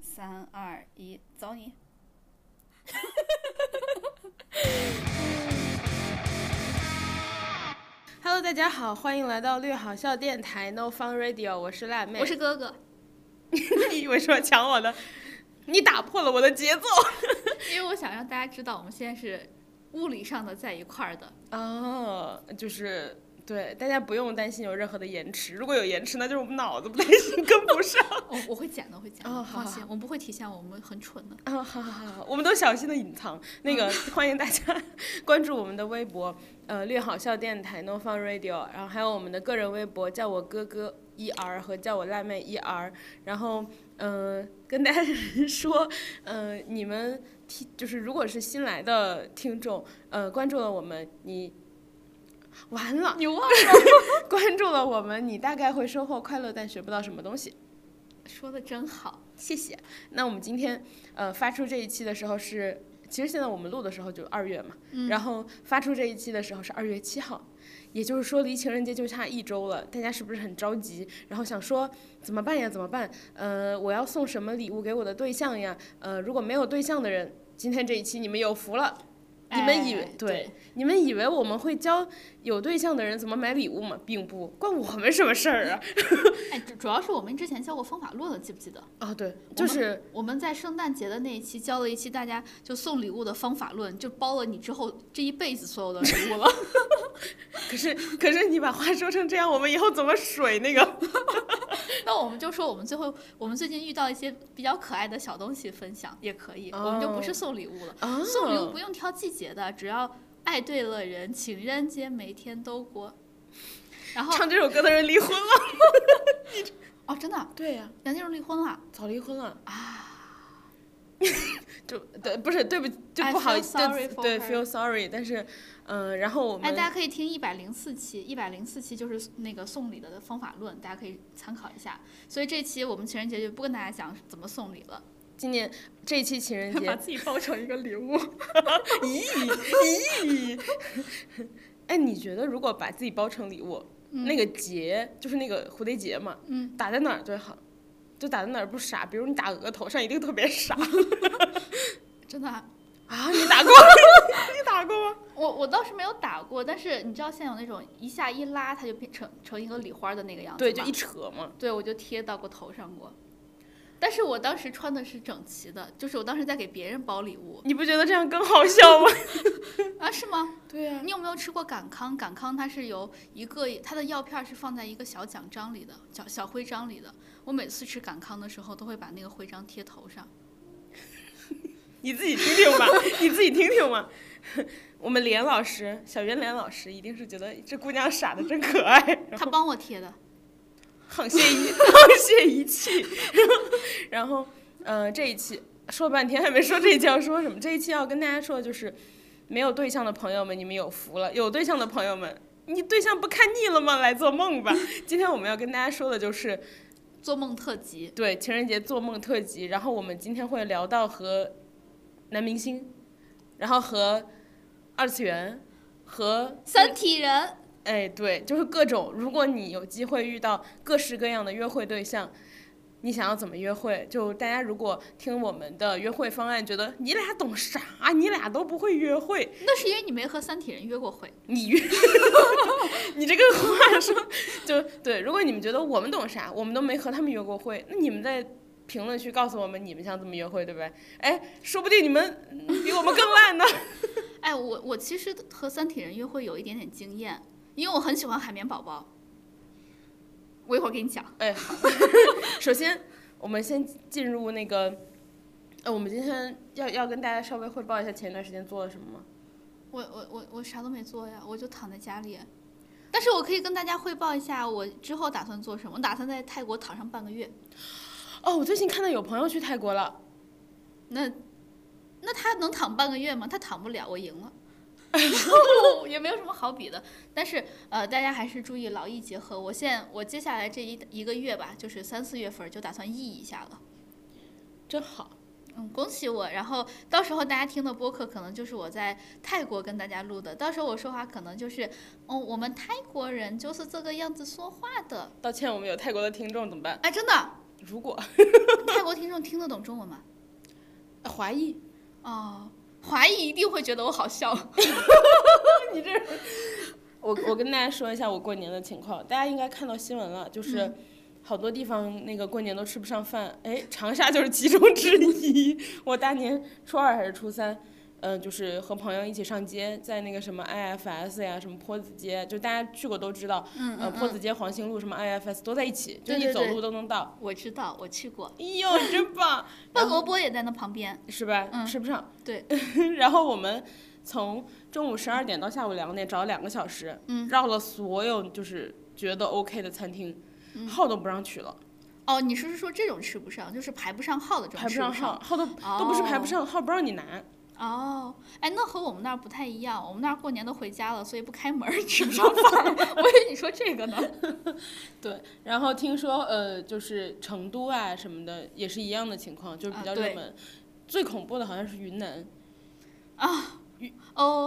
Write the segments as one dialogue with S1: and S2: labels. S1: 三二一，走你！
S2: Hello，大家好，欢迎来到略好笑电台 No Fun Radio，我是 辣妹。
S3: 我是哥哥，
S2: 你以为是我抢我 的？你打破了我的节奏。
S3: 因为我想让大家知道我们现在是物理上的在一块儿 的。
S2: 哦，就是对，大家不用担心有任何的延迟，如果有延迟，那就是我们脑子不担心跟不上。
S3: 我我会剪的，我会剪的，
S2: 哦好
S3: 放
S2: 好
S3: 心，我们不会体现我们很蠢的。
S2: 啊、好好好好， 我们都小心的隐藏。那个，欢迎大家关注我们的微博，呃，略好笑电台 No Fun Radio，然后还有我们的个人微博，叫我哥哥 E R 和叫我辣妹 E R。然后，嗯、跟大家说，呃，你们听，就是如果是新来的听众，呃，关注了我们，你完了，
S3: 你忘了
S2: 关注了我们，你大概会收获快乐，但学不到什么东西。
S3: 说的真好，
S2: 谢谢。那我们今天呃发出这一期的时候是，其实现在我们录的时候就二月嘛，
S3: 嗯
S2: 然后发出这一期的时候是二月七号，也就是说离情人节就差一周了，大家是不是很着急？然后想说怎么办呀？怎么办？呃，我要送什么礼物给我的对象呀？呃，如果没有对象的人，今天这一期你们有福了。你们以为、
S3: 哎
S2: 对你们以为我们会教有对象的人怎么买礼物吗？并不关我们什么事 儿啊！
S3: 哎，主主要是我们之前教过方法论的，记不记得？
S2: 哦，对，就是
S3: 我们在圣诞节的那一期教了一期大家就送礼物的方法论，就包了你之后这一辈子所有的礼 物了。
S2: 可是，可是你把话说成这样，我们以后怎么水那个？
S3: 那我们就说我们最后我们最近遇到一些比较可爱的小东西分享也可以，我们就不是送礼物了。
S2: 哦
S3: 送礼物不用挑季节的，只要爱对了人，情人节每天都过。然后
S2: 唱这首歌的人离婚了。
S3: 哦，真的，
S2: 对呀、
S3: 梁静茹离婚了，
S2: 早离婚了啊。 就对，不是对不，就
S3: I
S2: 不好
S3: feel
S2: 意思，对
S3: sorry
S2: 自
S3: for
S2: 对
S3: her
S2: feel sorry，但是，嗯、然后我
S3: 哎，
S2: 们
S3: 大家可以听一百零四期，一百零四期就是那个送礼的方法论，大家可以参考一下。所以这期我们情人节就不跟大家讲怎么送礼了，
S2: 今年这一期情 人节，
S3: 自己包成一个礼 物。
S2: 咦咦，哎，你觉得如果把自己包成礼物，那个结就是那个蝴蝶结嘛，
S3: 嗯，
S2: 打在哪儿最好？就打在哪儿不傻？比如你打额头上，一定特别傻
S3: 真的啊、
S2: 啊！你打 过？你打过吗？
S3: 我我倒是没有打过，但是你知道现在有那种一下一拉它就变成成一个礼花啊的那个样子
S2: 对，就
S3: 吗
S2: 一扯嘛。
S3: 对，我就贴到过头上过。但是我当时穿的是整齐的，就是我当时在给别人包礼物
S2: 你不觉得这样更好笑 吗？
S3: 啊，是吗？
S2: 对呀、
S3: 你有没有吃过赶康？赶康它是由一个它的药片儿是放在一个小奖章里的，小小徽章里的。我每次吃赶康的时候，都会把那个徽章贴头上。
S2: 你自己听听吧， 你自己听听吧。 我们连老师，小袁连老师一定是觉得这姑娘傻的真可 爱，然
S3: 他
S2: 后
S3: 帮我贴的，
S2: 沆瀣一沆瀣一气。 然后，呃，这一期说半天还没说这一期要说什么，这一期要跟大家说的就是，没有对象的朋友们，你们有福了；有对象的朋友们，你对象不看腻了吗？来做梦吧。今天我们要跟大家说的就是，
S3: 做梦特辑。
S2: 对情人节做梦特辑，然后我们今天会聊到和男明星，然后和二次元，和
S3: 三体人，
S2: 哎对，就是各种。如果你有机会遇到各式各样的约会对象，你想要怎么约会？就大家如果听我们的约会方案，觉得你俩懂啥？你俩都不会约会，
S3: 那是因为你没和三体人约过会。
S2: 你约， 你这个话说就对。如果你们觉得我们懂啥，我们都没和他们约过会，那你们在评论区告诉我们你们想怎么约会，对不对？哎，说不定你们嗯比我们更烂呢。
S3: 哎，我我其实和三体人约会有一点点经验，因为我很喜欢海绵宝宝。我一会儿给你讲。
S2: 哎，好。 首先，我们先进入那个，呃，我们今天要要跟大家稍微汇报一下前一段时间做了什么吗？
S3: 我我我我啥都没做呀，我就躺在家里。但是我可以跟大家汇报一下我之后打算做什么。我打算在泰国躺上半个月。
S2: 哦，我最近看到有朋友去泰国了。
S3: 那那他能躺半个月吗？他躺不了，我赢了。我也没有什么好比的，但是呃，大家还是注意劳逸结合。我现在我接下来这一一个月吧，就是三四月份儿就打算 E 一下了。
S2: 真好，
S3: 嗯，恭喜我！然后到时候大家听的播客可能就是我在泰国跟大家录的，到时候我说话可能就是，哦，我们泰国人就是这个样子说话的，
S2: 道歉，我们有泰国的听众怎么办？
S3: 哎，真的，
S2: 如果
S3: 泰国听众听得懂中文吗？
S2: 呃华裔，
S3: 哦，华裔一定会觉得我好笑。
S2: 我我跟大家说一下我过年的情况，大家应该看到新闻了，
S3: 嗯
S2: 就是好多地方那个过年都吃不上饭，哎，长沙就是其中之一。我大年初二还是初三，嗯、就是和朋友一起上街，在那个什么 IFS 呀，什么坡子街，就大家去过都知道，
S3: 嗯
S2: 呃，
S3: 嗯
S2: 坡
S3: 嗯，
S2: 子街、黄兴路什么 IFS 都在一起，就
S3: 对
S2: 你
S3: 对
S2: 走
S3: 对
S2: 路都能到。
S3: 我知道，我去过，
S2: 哎呦，你真棒！
S3: 笨萝卜也在那旁边。
S2: 是吧？
S3: 嗯
S2: 吃不上。
S3: 对。
S2: 然后我们从中午十二点到下午两点，找了两个小时，
S3: 嗯
S2: 绕了所有就是觉得 OK 的餐厅，
S3: 嗯
S2: 号都不让取了，
S3: 哦，你是说这种吃不上，就是排不上哦号的这
S2: 排
S3: 种
S2: 不
S3: 吃不
S2: 上号，号都都不是排不上号，不让你拿。
S3: 哦，哎，那和我们那儿不太一样，我们那儿过年都回家了，所以不开门儿 吃不上饭儿。我以为你说这个呢。
S2: 对。然后听说呃，就是成都啊什么的也是一样的情况，就是比
S3: 啊
S2: 较热
S3: 对
S2: 门。最恐怖的好像是云南，
S3: 哦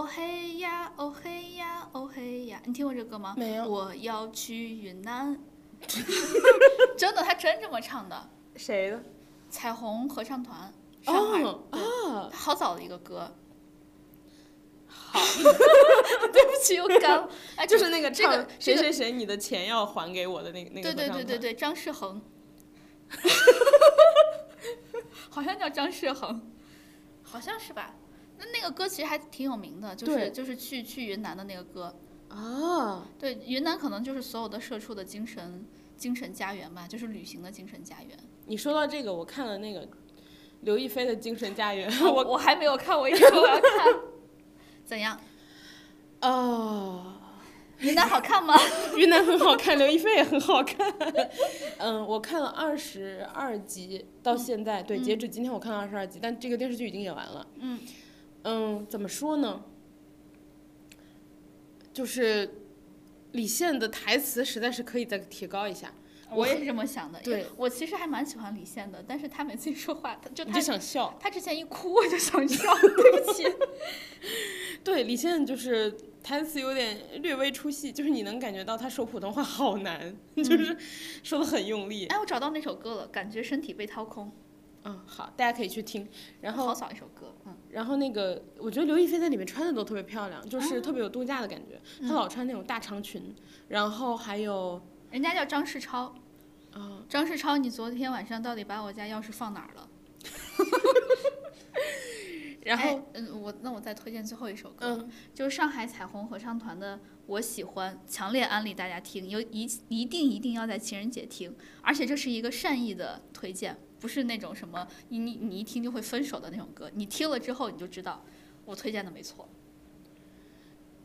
S3: 嘿呀，哦嘿呀，哦嘿呀，你听过这歌吗？
S2: 没有
S3: 我要去云南。 真的，他真这么唱的。
S2: 谁的？
S3: 彩虹合唱团，上海
S2: 哦 啊，
S3: 好早的一个歌。好， 对不起，又干了。哎，
S2: 就是那个
S3: 这个
S2: 唱谁
S3: 这个
S2: 谁谁，你的钱要还给我的那个那个
S3: 对对
S2: 合唱
S3: 对对
S2: 团
S3: 对，张世 恒，好像叫张世恒，好像是吧？那那个歌其实还挺有名的，就是
S2: 对
S3: 就是去去云南的那个歌，
S2: 啊，
S3: 对，云南可能就是所有的社畜的精神精神家园吧，就是旅行的精神家园。
S2: 你说到这个，我看了那个刘亦菲的《精神家园》
S3: 我我还没有看，啊我一 直说我要看。怎样？
S2: 我啊、
S3: 哦云南好看吗？
S2: 云南很好看，刘亦菲也很好看。 嗯，我看了二十二集，
S3: 嗯
S2: 到现在、对，截止今天我看了二十二集，但这个电视剧已经演完了。
S3: 嗯
S2: 嗯，怎么说呢？就是李现的台词实在是可以再提高一下，
S3: 我也是这么想的。
S2: 对，
S3: 我其实还蛮喜欢李现的，但是他每次一说话，他就
S2: 你
S3: 他
S2: 就想笑。
S3: 他之前一哭我就想笑，对不 起。
S2: 对，李现就是台词有点略微出戏，就是你能感觉到他说普通话好难，就是说的很用力。
S3: 哎，我找到那首歌了，感觉身体被掏空。
S2: 嗯，好，大家可以去听。然
S3: 好
S2: 后，
S3: 早一首歌，嗯，
S2: 然后那个，我觉得刘亦菲在里面穿的都特别漂亮，就是特别有度假的感觉。她老穿那种大长裙，然后还有，
S3: 人家叫张世超。
S2: 嗯、
S3: 张世超，你昨天晚上到底把我家钥匙放哪儿了？
S2: 然后，
S3: 哎，嗯，我那我再推荐最后一首歌，
S2: 嗯，
S3: 就是上海彩虹合唱团的《我喜欢》，强烈安利大家听，有一一定一定要在情人节听，而且这是一个善意的推荐，不是那种什么你你你一听就会分手的那种歌，你听了之后你就知道，我推荐的没错，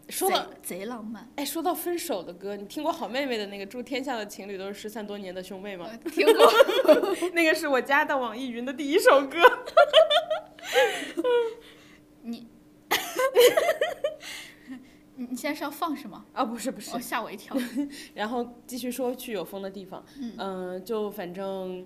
S2: 说
S3: 贼
S2: 到，
S3: 贼浪漫。
S2: 哎，说到分手的歌，你听过好妹妹的那个《祝天下的情侣都是失散多年的兄妹》吗？
S3: 呃听过，
S2: 那个是我加到网易云的第一首歌。
S3: 你你现在是要放是吗？
S2: 啊，不是不是
S3: 哦，，吓我一跳。
S2: 然后继续说去有风的地方，嗯、就反正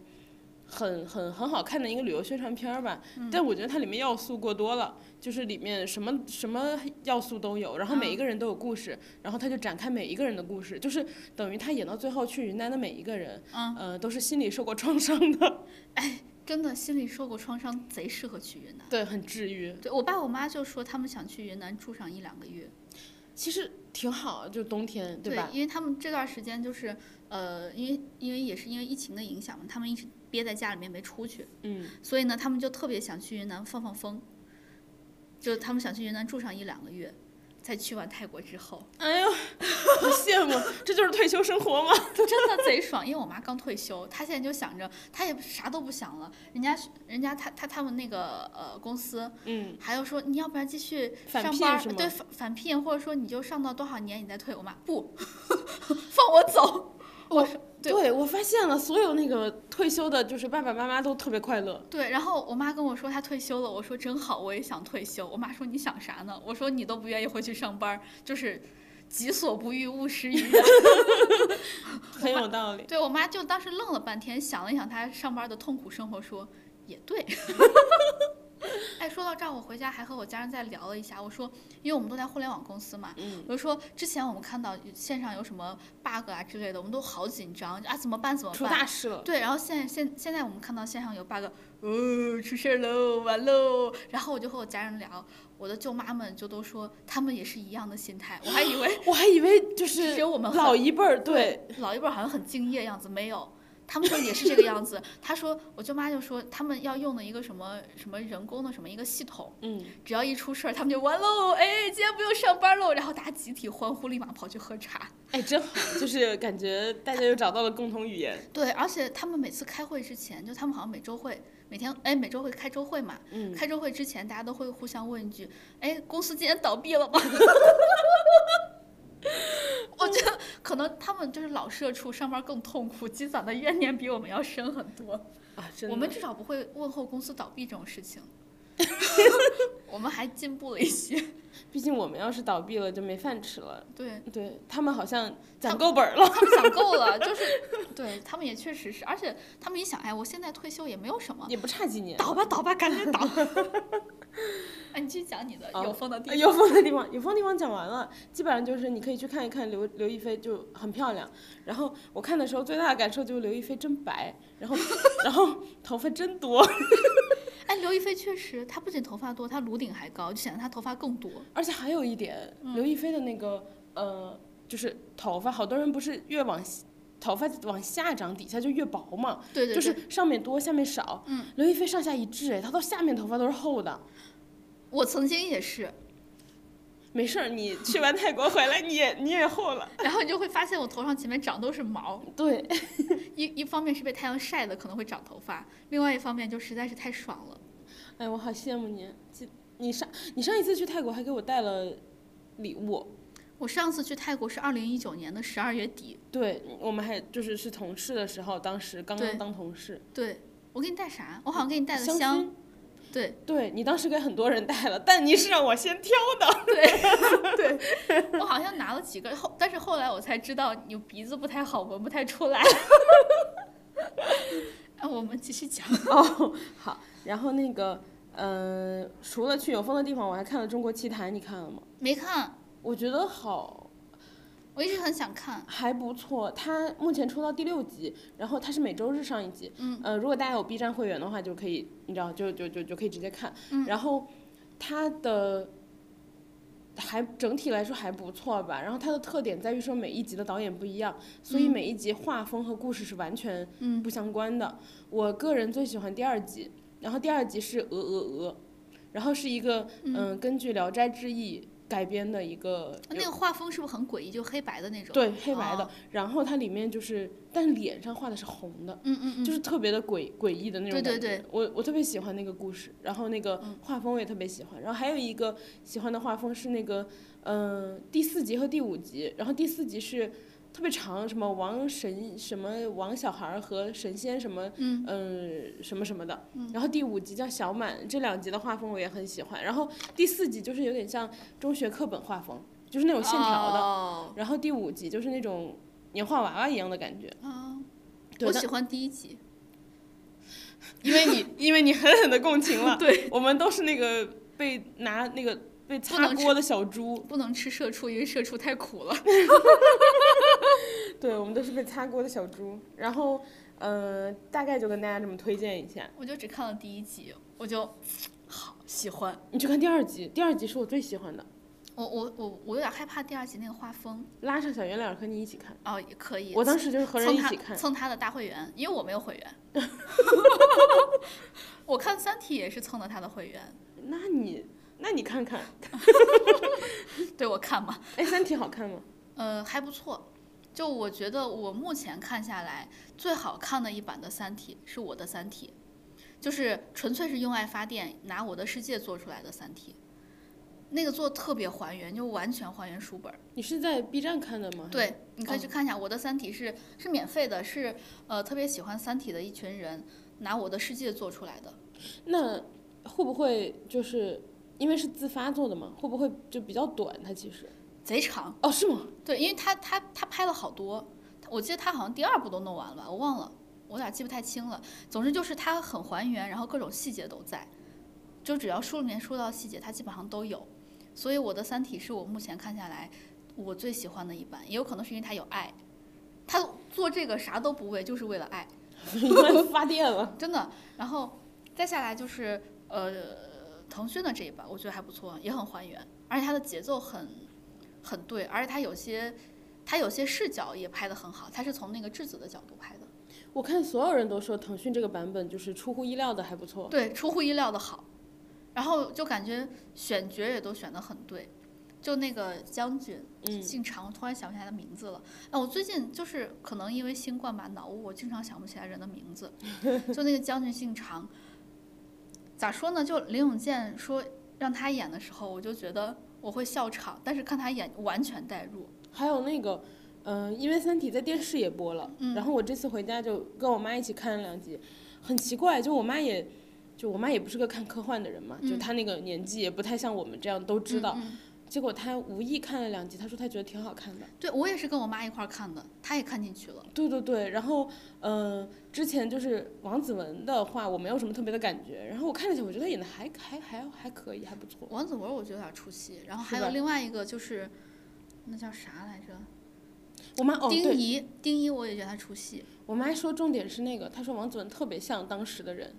S2: 很很很好看的一个旅游宣传片儿吧。但我觉得它里面要素过多了，就是里面什么什么要素都有，然后每一个人都有故事，然后他就展开每一个人的故事，就是等于他演到最后去云南的每一个人，
S3: 嗯
S2: 呃，都是心里受过创伤 的，
S3: 真的心里受过创伤，贼适合去云南。
S2: 对，很治愈。
S3: 对我爸我妈就说他们想去云南住上一两个月，
S2: 其实挺好，就冬天，
S3: 对
S2: 吧？
S3: 因为他们这段时间就是呃，因为因为也是因为疫情的影响嘛，他们一直憋在家里面没出去，
S2: 嗯，
S3: 所以呢，他们就特别想去云南放放风，就他们想去云南住上一两个月，在去完泰国 之后，
S2: 哎呦，好羡慕，这就是退休生活吗？
S3: 真的贼爽。因为我妈刚退休，她现在就想着，她也啥都不想了，人家人家她她他们那个呃公司
S2: 嗯，
S3: 还有说你要不然继续
S2: 返
S3: 上
S2: 聘
S3: 班儿，
S2: 是吗
S3: 对返返聘，或者说你就上到多少年你再退。我妈不， 放我走。我说对
S2: 我发现了，所有那个退休的，就是爸爸妈妈都特别快 乐。
S3: 对，然后我妈跟我说她退休了，我说真好，我也想退休。我妈说你想啥呢？我说你都不愿意回去上班儿，就是己所不欲，勿施于人。
S2: 很有道理。
S3: 对我妈就当时愣了半天，想了一想她上班的痛苦生活，说也对。 哎，说到这儿，我回家还和我家人再聊了一下，我说，因为我们都在互联网公司嘛，
S2: 嗯，
S3: 我就说之前我们看到线上有什么 bug 啊之类的，我们都好紧张啊，怎么办？怎么
S2: 出
S3: 办？
S2: 大事了。
S3: 对，然后现在现现在我们看到线上有 bug，哦，出事儿喽，完喽。然后我就和我家人聊，我的舅妈们就都说他们也是一样的心态。我还以为
S2: 我还以为就是
S3: 只有我们很
S2: 老一辈儿，对，
S3: 老一辈儿好像很敬业样子，没有。他们说也是这个样子。她说，我舅妈就说他们要用的一个什么什么人工的什么一个系统，
S2: 嗯，
S3: 只要一出事儿，他们就完喽，哎，今天不用上班喽，然后大家集体欢呼，立马跑去喝茶。
S2: 哎，真好， 就是感觉大家又找到了共同语言。
S3: 对，而且他们每次开会之前，就他们好像每周会，每天哎每周会开周会嘛，
S2: 嗯，
S3: 开周会之前，大家都会互相问一句：“哎，公司今天倒闭了吗？” 我觉得可能他们就是老社畜，上班更痛苦，积攒的怨念比我们要深很多。
S2: 啊，真的，
S3: 我们至少不会问候公司倒闭这种事 情，我们还进步了一些。
S2: 毕竟我们要是倒闭了就没饭吃了。
S3: 对
S2: 对他们好像攒
S3: 他
S2: 够本儿了。
S3: 他们想够了，就是对他们也确实是，而且他们一想，哎，我现在退休也没有什么，
S2: 也不差几年。
S3: 倒吧倒吧，赶紧倒。 哎，你继续讲你的哎有风的地
S2: 呃
S3: 方。
S2: 有风的地方，有风的地方讲完了，基本上就是你可以去看一看刘刘亦菲就很漂亮。然后我看的时候最大的感受就是刘亦菲真白，然 后然后头发真多，
S3: 哎，刘亦菲确实，她不仅头发多，她颅顶还高，就显得她头发更多。
S2: 而且还有一点，
S3: 嗯
S2: 刘亦菲的那个呃就是头发，好多人不是越往西头发往下长，底下就越薄嘛，
S3: 对对对，
S2: 就是上面多下面少。
S3: 嗯，
S2: 刘亦菲上下一致，哎，她到下面头发都是厚的。
S3: 我曾经也是，
S2: 没事儿，你去完泰国回来，你也你也厚了。
S3: 然后你就会发现我头上前面长都是毛，
S2: 对，
S3: 一一方面是被太阳晒的可能会长头发，另外一方面就实在是太爽了。
S2: 哎，我好羡慕你！这你上你上一次去泰国还给我带了礼物，
S3: 我上次去泰国是二零一九年的十二月底，
S2: 对我们还就是是同事的时候，当时刚
S3: 对
S2: 刚当同事，
S3: 对我给你带啥？我好像给你带了
S2: 香
S3: 香，
S2: 薰
S3: 对
S2: 对你当时给很多人带了，但你是让我先挑的。
S3: 对，我好像拿了几个，后但是后来我才知道你鼻子不太好，闻不太出来。 哎，我们继续讲。
S2: 好，然后那个呃，除了去有风的地方，我还看了《中国奇谭》，你看了吗？
S3: 没看，
S2: 我觉得好
S3: 我一直很想看。
S2: 还不错，它目前出到第六集，然后它是每周日上一集。
S3: 嗯，
S2: 呃，如果大家有 B 站会员的话，就可以，你知道，就就就就可以直接看。
S3: 嗯
S2: 然后它的还整体来说还不错吧。然后它的特点在于说每一集的导演不一样，所以
S3: 嗯
S2: 每一集画风和故事是完全
S3: 嗯
S2: 不相关的。我个人最喜欢第二集，然后第二集是鹅鹅鹅，然后是一个嗯、
S3: 嗯，哦
S2: 根据《聊斋志异》改编的一个
S3: 那个画风是不是很诡异，就黑白的那种？，
S2: 对黑白的，
S3: 哦
S2: 然后它里面就是，但脸上画的是红的。
S3: 嗯嗯嗯，
S2: 就是特别的诡诡异的那种
S3: 对
S2: 感
S3: 对
S2: 觉。
S3: 对
S2: 我我特别喜欢那个故事，然后那个
S3: 嗯
S2: 画风我也特别喜欢。然后还有一个喜欢的画风是那个，嗯、第四集和第五集。然后第四集是特别长，什么王神什么王小孩儿和神仙什么。
S3: 嗯
S2: 嗯，什么什么的
S3: 嗯，
S2: 然后第五集叫小满，这两集的画风我也很喜欢。然后第四集就是有点像中学课本画风，就是那种线条的。
S3: 哦
S2: 然后第五集就是那种年画娃娃一样的感觉。
S3: 哦
S2: 对
S3: 我
S2: 但
S3: 喜欢第一集，
S2: 因为你因为你狠狠的共情 了，
S3: 对，
S2: 我们都是那个被拿那个被擦锅的小猪，
S3: 不能吃社畜，因为社畜太苦了。
S2: 对，我们都是被擦锅的小猪。然后，呃，大概就跟大家这么推荐一下。
S3: 我就只看了第一集，我就好喜欢。
S2: 你去看第二集，第二集是我最喜欢的，
S3: 我我我我有点害怕第二集那个画风
S2: 拉上小圆脸儿和你一起看。
S3: 哦，也可以。
S2: 我当时就是和人
S3: 蹭
S2: 一
S3: 他
S2: 起看，
S3: 蹭他的大会员，因为我没有会员。 我看《三体》也是蹭的他的会员，
S2: 那你那你看看，
S3: 对我看嘛。
S2: 哎，《三体》好看吗？
S3: 呃，还不错。就我觉得我目前看下来最好看的一版的《三体》是我的《三体》，就是纯粹是用爱发电，拿我的世界做出来的《三体》，那个做得特别还原，就完全还原书本儿。
S2: 你是在 B 站看的吗？，
S3: 对，你可以
S2: 哦
S3: 去看一下，我的《三体是》是免费的，是呃特别喜欢《三体》的一群人拿我的世界做出来的。
S2: 那会不会就是因为是自发做的嘛？会不会就比较短？它其实
S3: 贼长，
S2: 哦，是吗？
S3: 对，因为他他他拍了好多，我记得他好像第二部都弄完了吧，我忘了，我有点记不太清了。总之就是他很还原，然后各种细节都在，就只要书里面说到细节，它基本上都有。所以我的《三体》是我目前看下来我最喜欢的一版，也有可能是因为它有爱，他做这个啥都不为，就是为了爱。
S2: 发电了。
S3: 真的。然后再下来就是呃，腾讯的这一版，我觉得还不错，也很还原，而且它的节奏很很对，而且它有些它有些视角也拍得很好，它是从那个质子的角度拍的，
S2: 我看所有人都说腾讯这个版本就是出乎意料的还不错。
S3: 对，出乎意料的好。然后就感觉选角也都选得很对，就那个将军，
S2: 嗯
S3: 姓常，我突然想不起来他的名字了。哎，我最近就是可能因为新冠吧，脑雾，我经常想不起来人的名 字。就那个将军姓常，咋说呢？就林永健说让他演的时候，我就觉得我会笑场，但是看他演完全代入。
S2: 还有那个，嗯、因为《三体》在电视也播了，然后我这次回家就跟我妈一起看了两集，很奇怪，就我妈也，就我妈也不是个看科幻的人嘛，就她那个年纪也不太像我们这样都知道，结果她无意看了两集，她说她觉得挺好看的。
S3: 对我也是跟我妈一块儿看的，她也看进去了。
S2: 对对对，然后嗯、呃之前就是王子文的话，我没有什么特别的感觉，然后我看了一下，我觉得她演的还还还还可以，还不错。
S3: 王子文我觉得有点出戏，然后还
S2: 是
S3: 有
S2: 吧
S3: 另外一个就是，那叫啥来着？
S2: 我妈哦，
S3: 丁
S2: 对，
S3: 仪，丁仪我也觉得他出戏，
S2: 我妈说重点是那个，她说王子文特别像当时的人，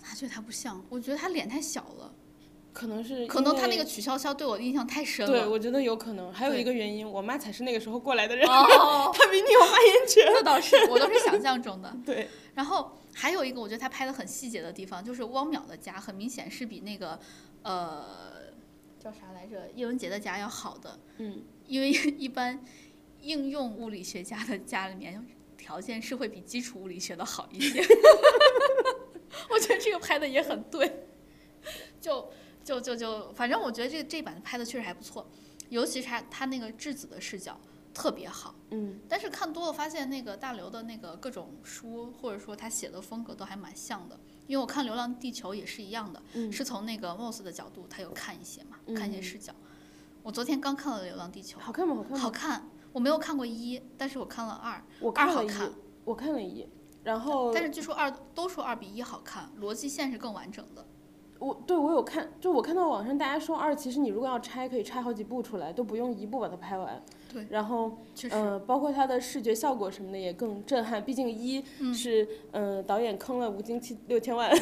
S3: 他觉得他不像，我觉得他脸太小了，
S2: 可能是
S3: 可能
S2: 因
S3: 他
S2: 为
S3: 那个曲筱绡对我的印象太深
S2: 对，
S3: 了。
S2: 我觉得有可能。还有
S3: 对
S2: 一个原因，我妈才是那个时候过来的人，
S3: 哦，
S2: 她比你有发言权。
S3: 这倒是，我都是想象中的。
S2: 对，
S3: 然后还有一个我觉得他拍的很细节的地方，就是汪淼的家很明显是比那个呃叫啥来着叶文洁的家要好的，
S2: 嗯，
S3: 因为一般应用物理学家的家里面条件是会比基础物理学的好一些。 我觉得这个拍的也很对，就就就就，反正我觉得这这版拍的确实还不错，尤其是他他那个质子的视角特别好。
S2: 嗯，
S3: 但是看多了发现，那个大刘的那个各种书，或者说他写的风格都还蛮像的。因为我看《流浪地球》也是一样的，
S2: 嗯
S3: 是从那个 Moss 的角度，他有看一些嘛，
S2: 嗯
S3: 看一些视角。我昨天刚看了《流浪地球
S2: 好看吗？好》，看吗？
S3: 好看。我没有看过一，但是我看了二，
S2: 我
S3: 二
S2: 看
S3: 好
S2: 了一
S3: 看
S2: 眼，，我看了一眼，然后
S3: 但是据说二都说二比一好看，逻辑线是更完整的。
S2: 我对我有看，就我看到网上大家说二，其实你如果要拆，可以拆好几部出来，都不用一部把它拍完。
S3: 对，
S2: 然后
S3: 确实，
S2: 呃，包括它的视觉效果什么的也更震撼，毕竟一
S3: 嗯
S2: 是呃导演坑了吴京七六千万，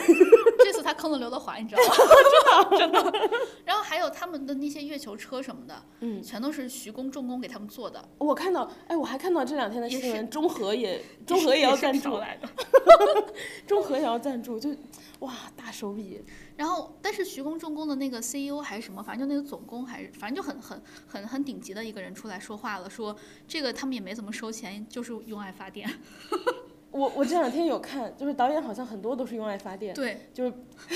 S3: 这次他坑了刘德华，你知道吗？ 真的，真的。然后还有他们的那些月球车什么的，
S2: 嗯
S3: 全都是徐工重工给他们做的。
S2: 我看到，哎，我还看到这两天的
S3: 也
S2: 新
S3: 是
S2: 闻，中核也中核也要赞助，
S3: 来的。
S2: 中核也要赞助，就哇大手笔，
S3: 然后，但是徐工重工的那个 CEO 还是什么，反正就那个总工还是，反正就很很很很顶级的一个人出来说话了，说这个他们也没怎么收钱，就是用爱发电。
S2: 我我这两天有看，就是导演好像很多都是用爱发电，
S3: 对，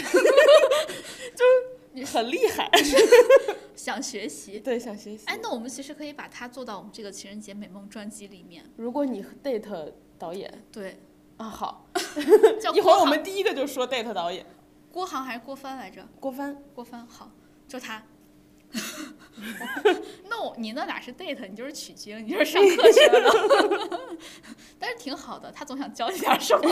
S2: 很厉害。
S3: 想学习。
S2: 对，想学习。
S3: 哎，那我们其实可以把它做到我们这个情人节美梦专辑里面。
S2: 如果你 date 导演
S3: 对，
S2: 啊，好，
S3: 叫
S2: 一会儿
S3: 郭
S2: 我
S3: 航，
S2: 们第一个就说 date 导演
S3: 郭航还是郭帆来着？
S2: 郭帆。
S3: 郭帆，好，就他。 那我你那哪是 date，你就是取经，你就是上课去了呢。 但是挺好的，他总想教你点儿什么。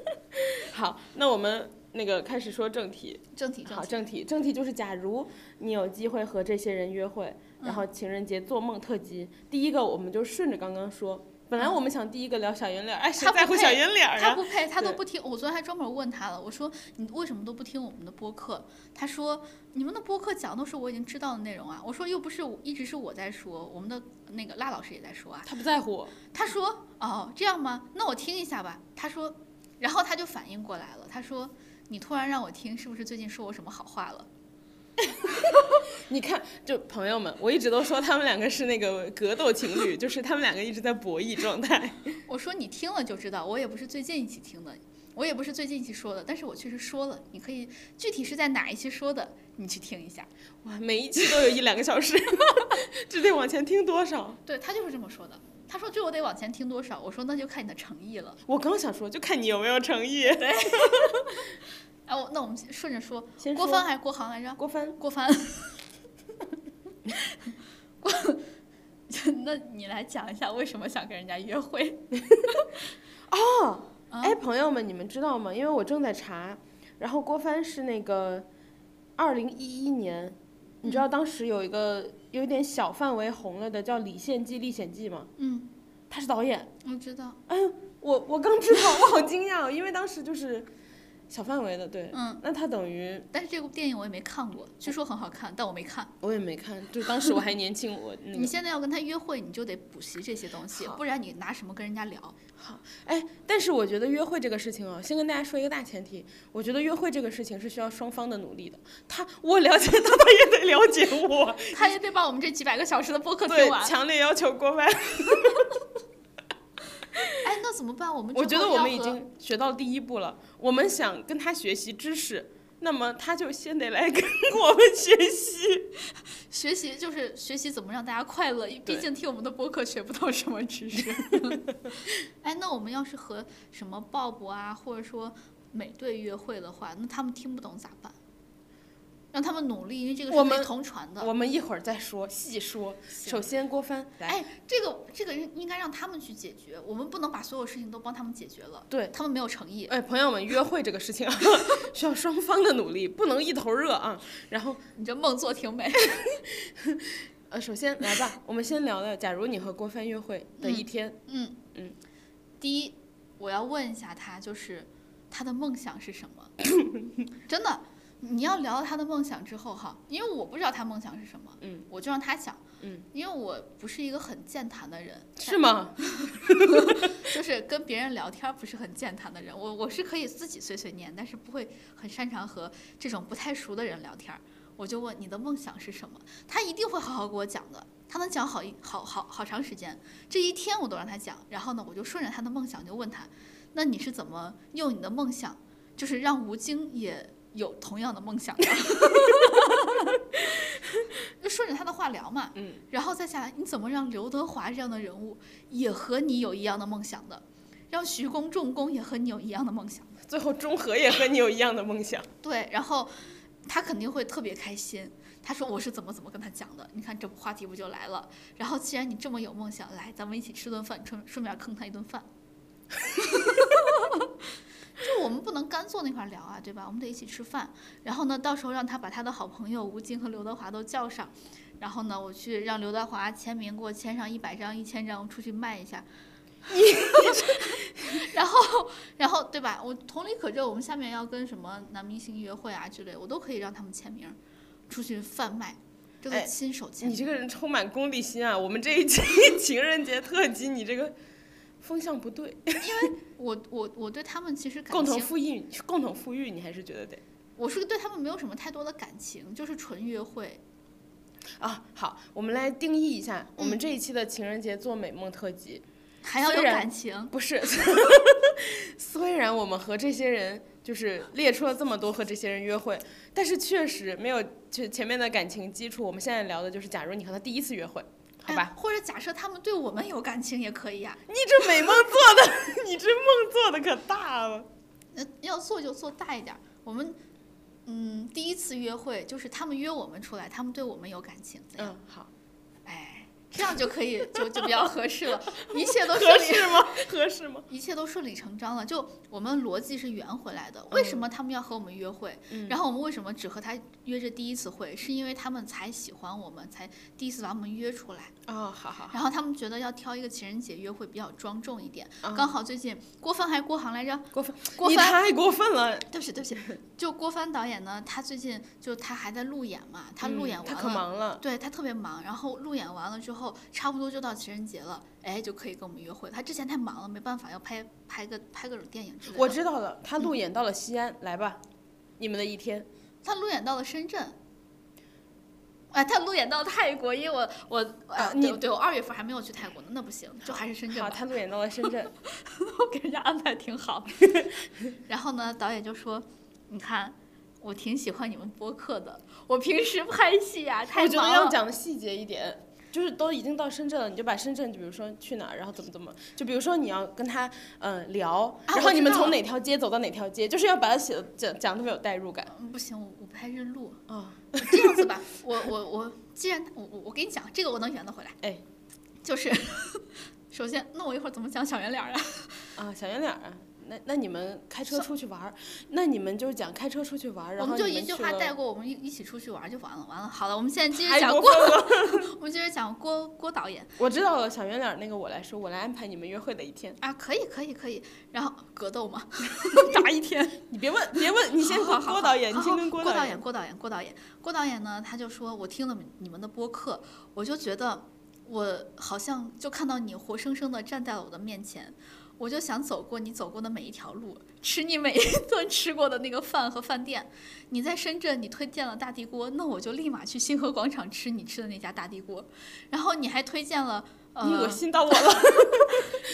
S2: 好，那我们那个开始说正题。
S3: 正题正
S2: 好，
S3: 题，
S2: 正题，正题就是假如你有机会和这些人约会，然后情人节做梦特辑，第一个我们就顺着刚刚说。本来我们想第一个聊小圆脸儿，哎，谁
S3: 他不
S2: 在乎小
S3: 配
S2: 圆脸儿
S3: 他
S2: 啊？
S3: 不配，他都
S2: 对
S3: 不听。我昨天还专门问他了，我说你为什么都不听我们的播客？他说你们的播客讲都是我已经知道的内容啊。我说又不是我一直是我在说，我们的那个辣老师也在说啊。
S2: 他不在乎我，
S3: 他说哦这样吗？那我听一下吧。他说，然后他就反应过来了，他说你突然让我听，是不是最近说我什么好话了？
S2: 你看，就朋友们，我一直都说他们两个是那个格斗情 侣，就是他们两个一直在博弈状态。
S3: 我说你听了就知道，我也不是最近一期听的，我也不是最近一期说的，但是我确实说了，你可以具体是在哪一期说的，你去听一下。
S2: 哇，每一期都有一两个小时， 这得往前听多少？
S3: 对他就是这么说的。他说这我得往前听多少？我说那就看你的诚意了。
S2: 我刚想说，就看你有没有诚意。
S3: 哎，我那我们顺着说，
S2: 先
S3: 郭
S2: 说啊
S3: 帆还是郭航来着？
S2: 郭帆，
S3: 郭 帆，郭， 那你来讲一下为什么想跟人家约会？啊
S2: 哎，朋友们，你们知道吗？因为我正在查，然后郭帆是那个二零一一年，你
S3: 嗯
S2: 知道当时有一个有点小范围红了的叫《李献计历险记》吗？
S3: 嗯，
S2: 他是导演。
S3: 我知道，
S2: 我我刚知道，我好惊讶、哦，因为当时就是小范围的，对，
S3: 嗯，
S2: 那他等于
S3: 但是这部电影我也没看过，据说很好看，但我没看。
S2: 我也没看，就当时我还年轻，我那
S3: 你
S2: 个
S3: 现在要跟他约会，你就得补习这些东西，
S2: 好
S3: 不然你拿什么跟人家聊？
S2: 好，哎，但是我觉得约会这个事情啊，先跟大家说一个大前提，我觉得约会这个事情是需要双方的努力的，他我了解他，他也得了解 我，
S3: 他也得把我们这几百个小时的播客听
S2: 对，
S3: 完。
S2: 强烈要求郭帆，
S3: 哎，那怎么办？我们
S2: 我
S3: 之
S2: 觉得
S3: 后
S2: 我
S3: 要
S2: 们已
S3: 和
S2: 经学到第一步了，我们想跟他学习知识。那么他就先得来跟 我们学习，
S3: 学习就是学习怎么让大家快乐，毕
S2: 对
S3: 竟听我们的播客学不到什么知识。 哎，那我们要是和什么鲍勃啊，或者说美队约会的话，那他们听不懂咋办？让他们努力，因为这个
S2: 我
S3: 是可以
S2: 们
S3: 同传的。
S2: 我们一会儿再说细说。
S3: 行
S2: 首先，郭帆来，
S3: 哎，这个这个应应该让他们去解决，我们不能把所有事情都帮他们解决了。
S2: 对
S3: 他们没有诚意。
S2: 哎，朋友们，约会这个事情啊， 需要双方的努力，不能一头热啊。然后，
S3: 你这梦做挺美。
S2: 呃，首先来吧，我们先聊聊，假如你和郭帆约会的一天，
S3: 嗯
S2: 嗯。
S3: 第一，我要问一下他，就是他的梦想是什么？ 真的，你要聊到他的梦想之后哈，因为我不知道他梦想是什么，
S2: 嗯，
S3: 我就让他讲，
S2: 嗯，
S3: 因为我不是一个很健谈的人，
S2: 是吗？
S3: 就是跟别人聊天儿不是很健谈的人，我我是可以自己碎碎念，但是不会很擅长和这种不太熟的人聊天儿。我就问你的梦想是什么，他一定会好好给我讲的，他能讲好一好好好长时间，这一天我都让他讲。然后呢，我就顺着他的梦想就问他，那你是怎么用你的梦想，就是让吴京也有同样的梦想的？ 就顺着他的话聊嘛，
S2: 嗯，
S3: 然后再下来，你怎么让刘德华这样的人物也和你有一样的梦想的，让徐工、重工也和你有一样的梦想的？
S2: 最后，中和也和你有一样的梦 想，
S3: 对，然后他肯定会特别开心。他说我是怎么怎么跟他讲的，你看这话题不就来了？然后既然你这么有梦想，来咱们一起吃顿饭，顺顺便坑他一顿饭。 就我们不能干坐那块儿聊啊，对吧？我们得一起吃饭。然后呢，到时候让他把他的好朋友吴京和刘德华都叫上，然后呢，我去让刘德华签名，给我签上一百张、一千张，出去卖一下。 然后，然后对吧？我同理可证，我们下面要跟什么男明星约会啊之类，我都可以让他们签名，出去贩卖，这个
S2: 哎
S3: 亲手签
S2: 你这
S3: 名。
S2: 个人充满功利心啊！我们这一 期情人节特辑，你这个风向不对，
S3: 我我我对他们其实感
S2: 共同
S3: 情，
S2: 富裕，共同富裕，你还是觉得得
S3: 我是对他们没有什么太多的感情，就是纯约会。
S2: 啊。好，我们来定义一下我们这一期的情人节做美梦特辑。
S3: 还要
S2: 虽
S3: 有
S2: 然
S3: 感情，
S2: 不是， 虽然我们和这些人就是列出了这么多和这些人约会，但是确实没有就前面的感情基础。我们现在聊的就是，假如你和他第一次约会，好
S3: 哎
S2: 吧？
S3: 或者假设他们对我们有感情也可以呀、
S2: 你这美梦做的， 你这梦做的可大了。
S3: 呃，要做就做大一点儿。我们，嗯，第一次约会就是他们约我们出来，他们对我们有感情，怎样？
S2: 嗯，好，
S3: 哎，这样就可以，就就比较合 适了，一切都
S2: 合
S3: 顺利，
S2: 适吗？ 合适吗？
S3: 一切都顺理成章了。就我们逻辑是圆回来的，为什么他们要和我们约会？
S2: 嗯
S3: 然后我们为什么只和他约这第一次会？是因为他们才喜欢我们，才第一次把我们约出来。
S2: 哦，好好好，
S3: 然后他们觉得要挑一个情人节约会比较庄重一点。
S2: 嗯
S3: 刚好最近郭帆还是郭航来着？
S2: 郭帆，
S3: 郭
S2: 你
S3: 帆
S2: 太过分嗯了。
S3: 对不起，对不起，就郭帆导演呢，他最近就他还在路演嘛，他路
S2: 嗯
S3: 演完
S2: 他
S3: 了，
S2: 可忙了。
S3: 对他特别忙，然后路演完了之后，差不多就到情人节了，哎，就可以跟我们约会。他之前太忙了，没办法，要拍拍个拍各种电影之类的。
S2: 我知道了，他路演到了西安，来吧，你们的一天。
S3: 他路演到了深圳。哎，他路演到泰国，因为我我
S2: 啊
S3: 哎
S2: 你
S3: 对对我二月份还没有去泰国呢，那不行，就还是深圳
S2: 好，
S3: 吧。
S2: 他路演到了深圳。
S3: 我给人家安排挺好。 然后呢，导演就说：“你看，我挺喜欢你们播客的，我平时拍戏呀、太
S2: 我觉得
S3: 忙
S2: 要
S3: 了。”
S2: 讲的细节一点，就是都已经到深圳了，你就把深圳，就比如说去哪儿，然后怎么怎么，就比如说你要跟他呃聊，然
S3: 啊我
S2: 后你
S3: 知
S2: 们
S3: 道
S2: 从
S3: 了
S2: 哪条街走到哪条街，就是要把它写的讲讲特别有代入感
S3: 嗯，不行，我我不太认路。
S2: 啊、
S3: 这样子吧， 我我我，既然我我我跟你讲，这个我能圆得回来。
S2: 哎，
S3: 就是首先，那我一会儿怎么讲小圆脸儿啊？
S2: 啊，小圆脸儿啊，那那你们开车出去玩儿，那你们就是讲开车出去玩儿，
S3: 我
S2: 然后
S3: 们就
S2: 你
S3: 一句
S2: 去
S3: 话
S2: 了
S3: 带过，我们一一起出去玩就完了，完了。好了，我们现在接着
S2: 韩
S3: 讲
S2: 国
S3: 郭，
S2: 风格。
S3: 我们接着讲郭郭导演
S2: 我知道了，小圆脸儿那个我来说，我来安排你们约会的一天。
S3: 啊，可以可以可以。然后格斗嘛，
S2: 打一天， 你别问，别问，你先
S3: 好
S2: 跟
S3: 好
S2: 郭
S3: 好
S2: 导演，你
S3: 好
S2: 先
S3: 好
S2: 跟
S3: 郭
S2: 导
S3: 演，郭导演，郭导演，郭导演呢，他就说我听了你们的播客，我就觉得我好像就看到你活生生的站在了我的面前，我就想走过你走过的每一条路，吃你每一顿吃过的那个饭和饭店。你在深圳，你推荐了大地锅，那我就立马去星河广场吃你吃的那家大地锅，然后你还推荐了。呃、
S2: 你恶心到我 了。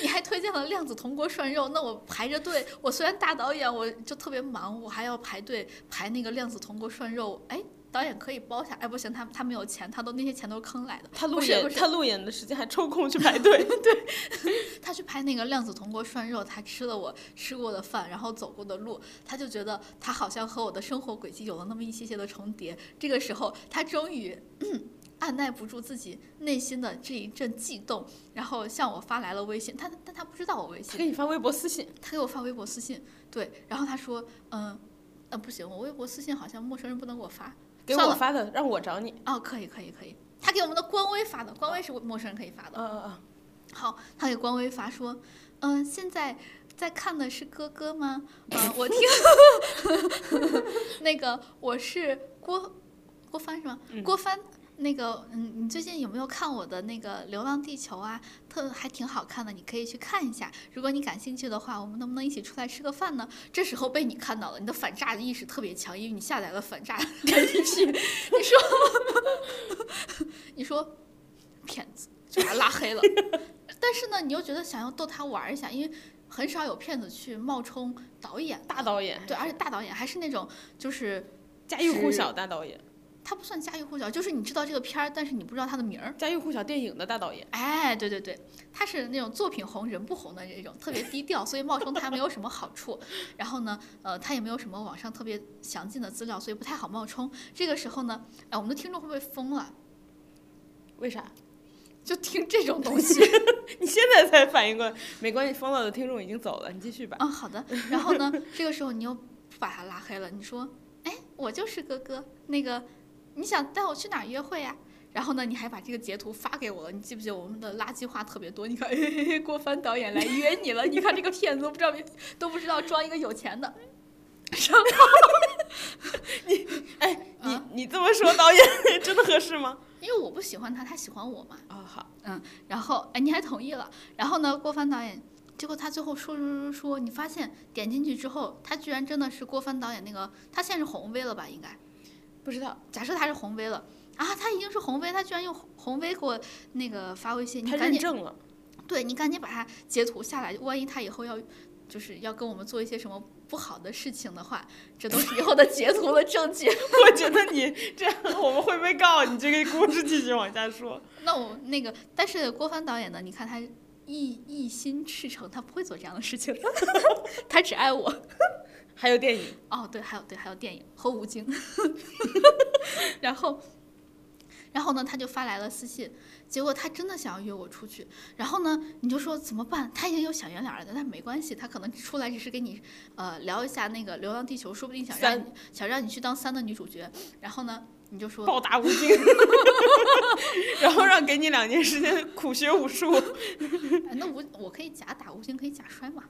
S3: 你还推荐了量子铜锅涮肉，那我排着队，我虽然大导演，我就特别忙，我还要排队排那个量子铜锅涮肉，哎。导演可以包下，哎，不行，他他没有钱，他都那些钱都是坑来的。
S2: 他
S3: 不
S2: 路
S3: 是不
S2: 演，
S3: 是
S2: 他路演的时间还抽空去排 队。
S3: 他去拍那个量子铜锅涮肉，他吃了我吃过的饭，然后走过的路，他就觉得他好像和我的生活轨迹有了那么一些些的重叠。这个时候，他终于嗯按耐不住自己内心的这一阵悸动，然后向我发来了微信。他但他不知道我微信
S2: 他，给你发微博私信，
S3: 他给我发微博私信，对，然后他说，嗯、呃，不行，我微博私信好像陌生人不能给我发，
S2: 给
S3: 算
S2: 我
S3: 了
S2: 发的，让我找你。
S3: 哦，可以，可以，可以，他给我们的官微发的，官微是陌生人可以发的，
S2: 嗯嗯嗯，
S3: 好，他给官微发说，嗯、现在在看的是哥哥吗？呃，我听那个我是郭郭帆是吗？
S2: 嗯
S3: 郭帆。那个，嗯，你最近有没有看我的那个《流浪地球》啊？特还挺好看的，你可以去看一下。如果你感兴趣的话，我们能不能一起出来吃个饭呢？这时候被你看到了，你的反诈意识特别强，因为你下载了反诈 APP。你说， 你说，骗子，就把他拉黑了。 但是呢，你又觉得想要逗他玩儿一下，因为很少有骗子去冒充导演，
S2: 大导演，
S3: 对，而且大导演还是那种就是
S2: 家喻户
S3: 是
S2: 晓大导演，
S3: 他不算家喻户晓，就是你知道这个片儿，但是你不知道他的名儿。
S2: 家喻户晓电影的大导演。
S3: 哎，对对对，他是那种作品红人不红的那种，特别低调，所以冒充他没有什么好处。然后呢，呃，他也没有什么网上特别详尽的资料，所以不太好冒充。这个时候呢，哎，我们的听众会不会疯了？
S2: 为啥？
S3: 就听这种东西，
S2: 你现在才反应过来，没关系，疯了的听众已经走了，你继续吧。
S3: 嗯，好的。然后呢，这个时候你又把他拉黑了，你说，哎，我就是哥哥，那个你想带我去哪儿约会呀、然后呢，你还把这个截图发给我了，你记不记得我们的垃圾话特别多？你看， 嘿嘿嘿，郭帆导演来约你了，你看这个骗子都不知道都不知道装一个有钱的，
S2: 哎，你、
S3: 啊
S2: 你这么说，导演 真的合适吗？
S3: 因为我不喜欢他，他喜欢我嘛。
S2: 哦，好，
S3: 然后哎，你还同意了。然后呢，郭帆导演，结果他最后说说说说，你发现点进去之后，他居然真的是郭帆导演那个，他现在是红 V 了吧？应该。
S2: 不知道，
S3: 假设他是红 V 了啊，他已经是红 V，他居然用红红 V 给我那个发微信，你
S2: 他
S3: 赶
S2: 认
S3: 紧
S2: 证了，
S3: 对你赶紧把他截图下来，万一他以后要就是要跟我们做一些什么不好的事情的话，这都是以后的截图的证据。
S2: 我觉得你这样我们会被告。你这个故事继续往下说。
S3: 那我那个，但是郭帆导演呢，你看他。一一心赤诚，他不会做这样的事情 的，他只爱我。
S2: 还有电影，
S3: 哦，对，还有对，还有电影和吴京， 然后，然后呢，他就发来了私信，结果他真的想要约我出去，然后呢，你就说怎么办？他已经有小圆脸儿了，但没关系，他可能出来只是跟你呃聊一下那个《流浪地球》，说不定想让
S2: 三
S3: 你想让你去当三的女主角，然后呢，你就说
S2: 暴打吴 京，然后让给你两年时间苦学武术，
S3: 哎那吴我可以假打，吴京可以假摔嘛？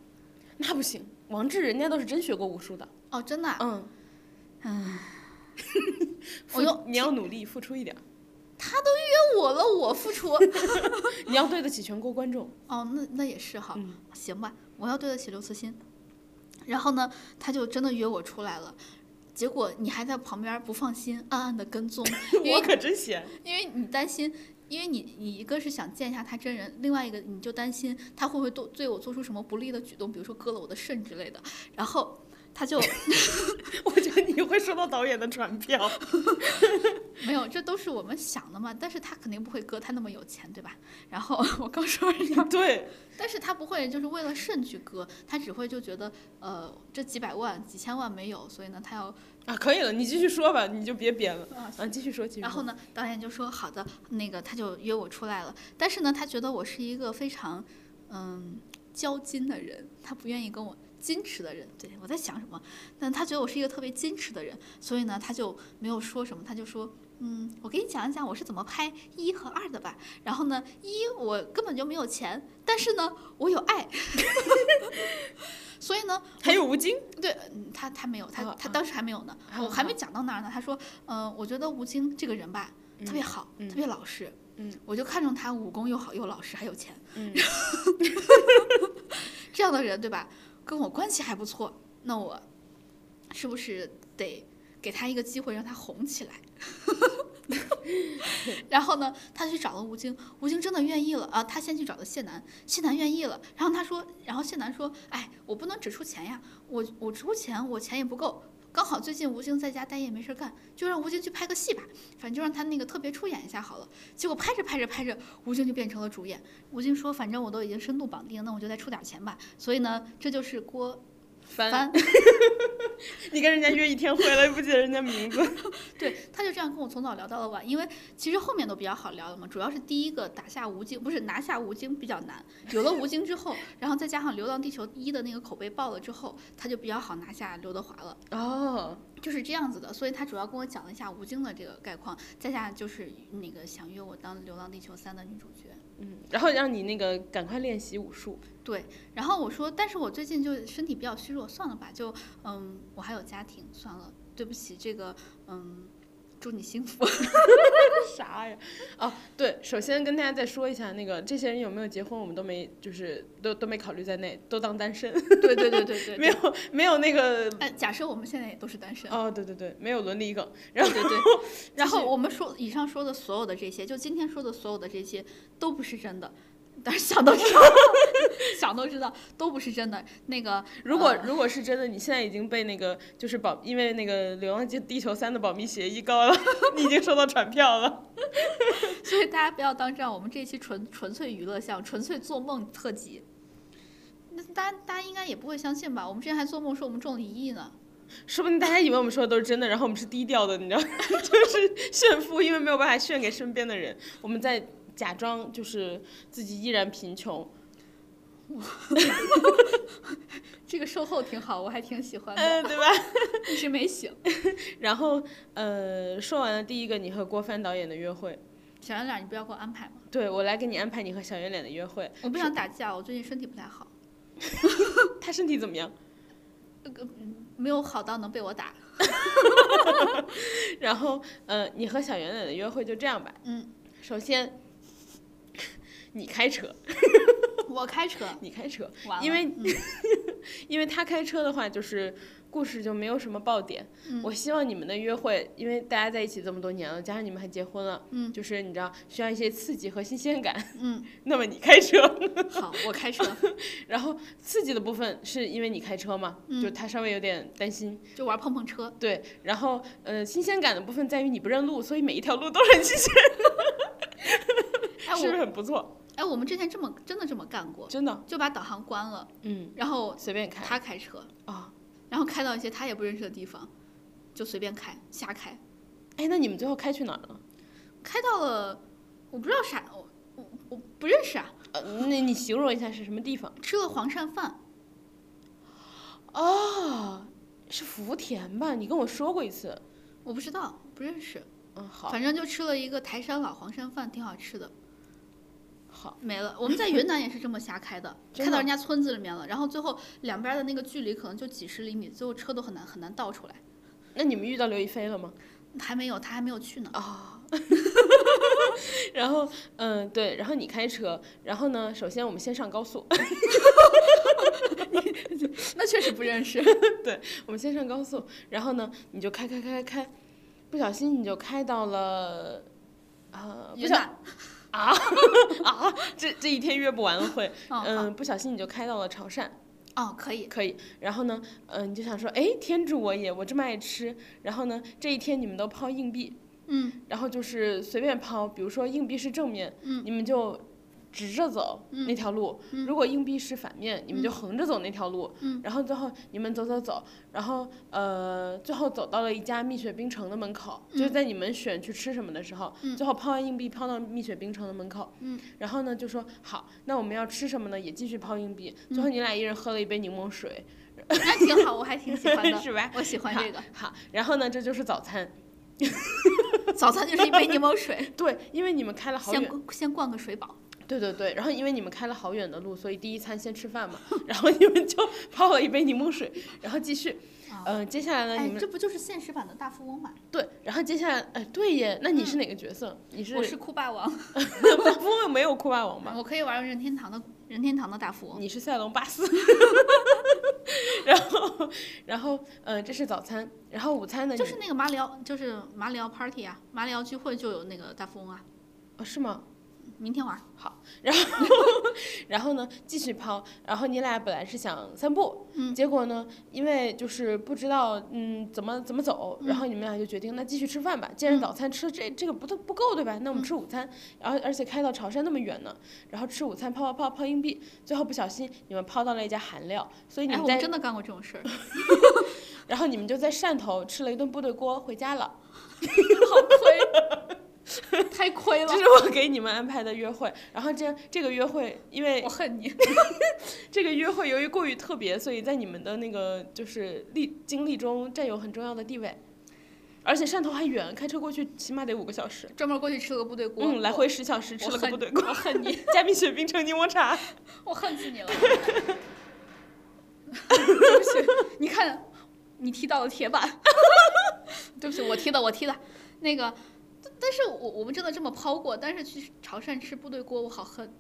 S2: 那不行。王志人家都是真学过武术的，
S3: 哦，真的啊、
S2: 嗯，
S3: 我又
S2: 你要努力付出一点，
S3: 约我了，我付出。
S2: 你要对得起全国观众。
S3: 哦，那那也是哈，
S2: 嗯
S3: 行吧，我要对得起刘慈欣。然后呢，他就真的约我出来了，结果你还在旁边不放心，暗暗的跟踪， 因
S2: 我
S3: 为
S2: 可真闲，
S3: 因为你担心，因为你你一个是想见一下他真人，另外一个你就担心他会不会对对我做出什么不利的举动，比如说割了我的肾之类的。然后他就
S2: 我觉得你会收到导演的传 票。
S3: 没有，这都是我们想的嘛，但是他肯定不会割，他那么有钱，对吧？然后我刚说完
S2: 对，
S3: 但是他不会就是为了肾去割，他只会就觉得呃这几百万几千万没有，所以呢他要，
S2: 啊，可以了，你继续说吧，你就别编了。
S3: 啊
S2: 啊，继续说，继续说。
S3: 然后呢导演就说好的，那个他就约我出来了，嗯但是呢他觉得我是一个非常嗯交金的人，他不愿意跟我，矜持的人，对我在想什么？但他觉得我是一个特别矜持的人，所以呢，他就没有说什么，他就说。嗯，我给你讲一讲我是怎么拍一和二的吧。然后呢，一我根本就没有钱，但是呢，我有爱， 所以呢，
S2: 还有吴京，
S3: 对，嗯他他没有，他
S2: 哦
S3: 他
S2: 哦
S3: 当时还没有呢，我还没讲到那儿呢。他说，嗯，我觉得吴京这个人吧，特别好，
S2: 嗯
S3: 特别老实，
S2: 嗯，
S3: 我就看中他武功又好又老实，还有钱，
S2: 嗯，
S3: 这样的人对吧？跟我关系还不错，那我是不是得给他一个机会让他红起来？ 然后呢，他去找了吴京，吴京真的愿意了啊！他先去找的谢楠，谢楠愿意了。然后他说，然后谢楠说：“哎，我不能只出钱呀，我我出钱，我钱也不够。刚好最近吴京在家待业没事儿干，就让吴京去拍个戏吧，反正就让他那个特别出演一下好了。”结果拍着拍着拍着，吴京就变成了主演。吴京说：“反正我都已经深度绑定，那我就再出点钱吧。”所以呢，这就是郭
S2: 翻，
S3: 帆，
S2: 你跟人家约一天会了，又不记得人家名字，
S3: 对，他就这样跟我从早聊到了晚，因为其实后面都比较好聊了嘛，主要是第一个打下吴京，不是拿下吴京比较难，有了吴京之后，然后再加上《流浪地球一》的那个口碑爆了之后，他就比较好拿下刘德华了。
S2: 哦，
S3: 就是这样子的，所以他主要跟我讲了一下吴京的这个概况，再加上就是那个想约我当《流浪地球三》的女主角。
S2: 嗯，然后让你那个赶快练习武术，
S3: 对，然后我说，但是我最近就身体比较虚弱，算了吧，就嗯，我还有家庭，算了，对不起，这个嗯，祝你幸福。
S2: 啥呀？哦，对，首先跟大家再说一下，那个这些人有没有结婚，我们都没，就是都都没考虑在内，都当单身，
S3: 对对对对对，
S2: 没有没有那个，
S3: 哎，假设我们现在也都是单身，
S2: 哦，对对对，没有伦理梗， 然
S3: 对
S2: 后
S3: 对对。然后我们说以上说的所有的这些，就今天说的所有的这些都不是真的，但是想都知道， 想都知道都不是真的。那个
S2: 如果
S3: 呃
S2: 如果是真嗯的，你现在已经被那个就是保，因为那个《流浪地球三》的保密协议告了， 你已经收到传票了。
S3: 所以大家不要当真啊，我们这一期纯纯粹娱乐项，纯粹做梦特辑。那大家大家应该也不会相信吧？我们之前还做梦说我们中了一亿呢。
S2: 说不定大家以为我们说的都是真的，然后我们是低调的，你知道， 就是炫富，因为没有办法炫给身边的人，我们在假装就是自己依然贫穷。
S3: 这个售后挺好，我还挺喜欢的，
S2: 嗯，对吧？
S3: 一直没醒。
S2: 然后呃，说完了第一个你和郭帆导演的约会，
S3: 小圆脸，你不要给我安排嘛，
S2: 对我来给你安排你和小圆脸的约会。
S3: 我不想打架，我最近身体不太好，
S2: 他身体怎么样？
S3: 没有好到能被我打。
S2: 然后呃，你和小圆脸的约会就这样吧。
S3: 嗯，
S2: 首先你开车，
S3: 我开车，
S2: 你开车，
S3: 完了
S2: 因为
S3: 嗯
S2: 因为他开车的话，就是故事就没有什么爆点。
S3: 嗯
S2: 我希望你们的约会，因为大家在一起这么多年了，加上你们还结婚了，
S3: 嗯
S2: 就是你知道需要一些刺激和新鲜感。
S3: 嗯，
S2: 那么你开车，
S3: 好，我 开车，
S2: 然后刺激的部分是因为你开车嘛，
S3: 嗯
S2: 就他稍微有点担心。
S3: 就玩碰碰车。
S2: 对，然后呃，新鲜感的部分在于你不认路，所以每一条路都是很新鲜，
S3: 哎，
S2: 是不是
S3: 我
S2: 很不错？
S3: 哎，我们之前这么真的这么干过，
S2: 真的，
S3: 就把导航关了，
S2: 嗯，
S3: 然后
S2: 随便开
S3: 他开车，
S2: 啊。
S3: 然后开到一些他也不认识的地方，就随便开，瞎开，
S2: 哎，那你们最后开去哪儿了？
S3: 开到了我不知道啥，我我我不认识啊，
S2: 呃，那你形容一下是什么地方？
S3: 吃了黄鳝饭，
S2: 哦，是福田吧？你跟我说过一次。
S3: 我不知道，不认识，
S2: 嗯，好，
S3: 反正就吃了一个台山老黄鳝饭，挺好吃的。
S2: 好，
S3: 没了。我们在云南也是这么瞎开的
S2: ，真的
S3: 开到人家村子里面了，然后最后两边的那个距离可能就几十厘米，最后车都很难很难倒出来。
S2: 那你们遇到刘亦菲了吗？
S3: 还没有，他还没有去呢。
S2: 啊、然后，嗯、对，然后你开车，然后呢，首先我们先上高 速，
S3: 那确实不认 识。
S2: 我们先上高速，然后呢，你就开开开开开，不小心你就开到了，呃，不
S3: 云
S2: 小
S3: 南，
S2: 啊，这这一天约不完了会，嗯、
S3: 嗯，
S2: 不小心你就开到了潮汕，
S3: 好哦，可以，
S2: 可以。然后呢，嗯、你就想说，哎，天助我也，我这么爱吃。然后呢，这一天你们都抛硬币，
S3: 嗯
S2: 然后就是随便抛，比如说硬币是正面，
S3: 嗯
S2: 你们就直着走那条路；
S3: 嗯
S2: 如果硬币是反面，你们就
S3: 嗯
S2: 横着走那条路。
S3: 嗯
S2: 然后最后你们走走走，然后呃，最后走到了一家蜜雪冰城的门口，就是
S3: 嗯
S2: 在你们选去吃什么的时候，
S3: 嗯
S2: 最后抛完硬币抛到蜜雪冰城的门口。
S3: 嗯
S2: 然
S3: 嗯
S2: 后呢，就说好，那我们要吃什么呢？也继续抛硬币。最后你俩一人喝了一杯柠檬水，
S3: 那挺好，我还挺喜欢的，
S2: 是吧？
S3: 我喜欢这个。
S2: 好，然后呢，这就是早餐。
S3: 早餐就是一杯柠檬水，
S2: 对，因为你们开了好
S3: 先
S2: 远，
S3: 灌先灌个水饱。
S2: 对对对，然后因为你们开了好远的路，所以第一餐先吃饭嘛， 然后你们就泡了一杯柠檬水，然后继续，
S3: 啊
S2: 嗯、接下来呢，
S3: 哎
S2: 你，们
S3: 这不就是现实版的大富翁吗？
S2: 对，然后接下来，哎，对耶，那你是哪个角色？你是
S3: 嗯 我是酷霸王，
S2: 大富翁没有酷霸王吧？
S3: 我可以玩任天堂的任天堂的大富翁。
S2: 你是赛隆巴 斯，然后，然后，嗯、这是早餐，然后午餐呢？
S3: 就
S2: 你
S3: 是那个马里奥，就是马里奥 party 啊，马里奥聚会就有那个大富翁啊。
S2: 哦是吗？
S3: 明天玩，
S2: 然后呢，继续抛。然后你俩本来是想散步，
S3: 嗯
S2: 结果呢，因为就是不知道嗯怎么怎么走，然后你们俩就决定那继续吃饭吧。既然
S3: 嗯
S2: 早餐吃这这个不都不够对吧？那我们
S3: 嗯
S2: 吃午餐，然后而且开到潮汕那么远呢，然后吃午餐抛抛抛抛硬币，最后不小心你们抛到了一家韩料，所以你
S3: 哎，
S2: 们
S3: 我
S2: 在、
S3: 们真的干过这种事儿，
S2: 然后你们就在汕头吃了一顿部队锅回家了。
S3: 好亏，太亏 了
S2: 这，是我给你们安排的约会。然后这这个约会因为
S3: 我恨你。
S2: 这个约会由于过于特别，所以在你们的那个就是历经历中占有很重要的地位。而且汕头还远，开车过去起码得五个小时，
S3: 专门过去吃了个部队锅，
S2: 嗯，来回十小时，吃
S3: 我
S2: 了个
S3: 恨
S2: 部队锅，
S3: 我恨你，
S2: 加冰雪冰城柠檬茶。
S3: 我恨死你了。对不起，你看，你踢到了铁板。对不起，我踢的，我踢的。那个，但但是我我们真的这么抛过，但是去潮汕吃部队锅，我好恨。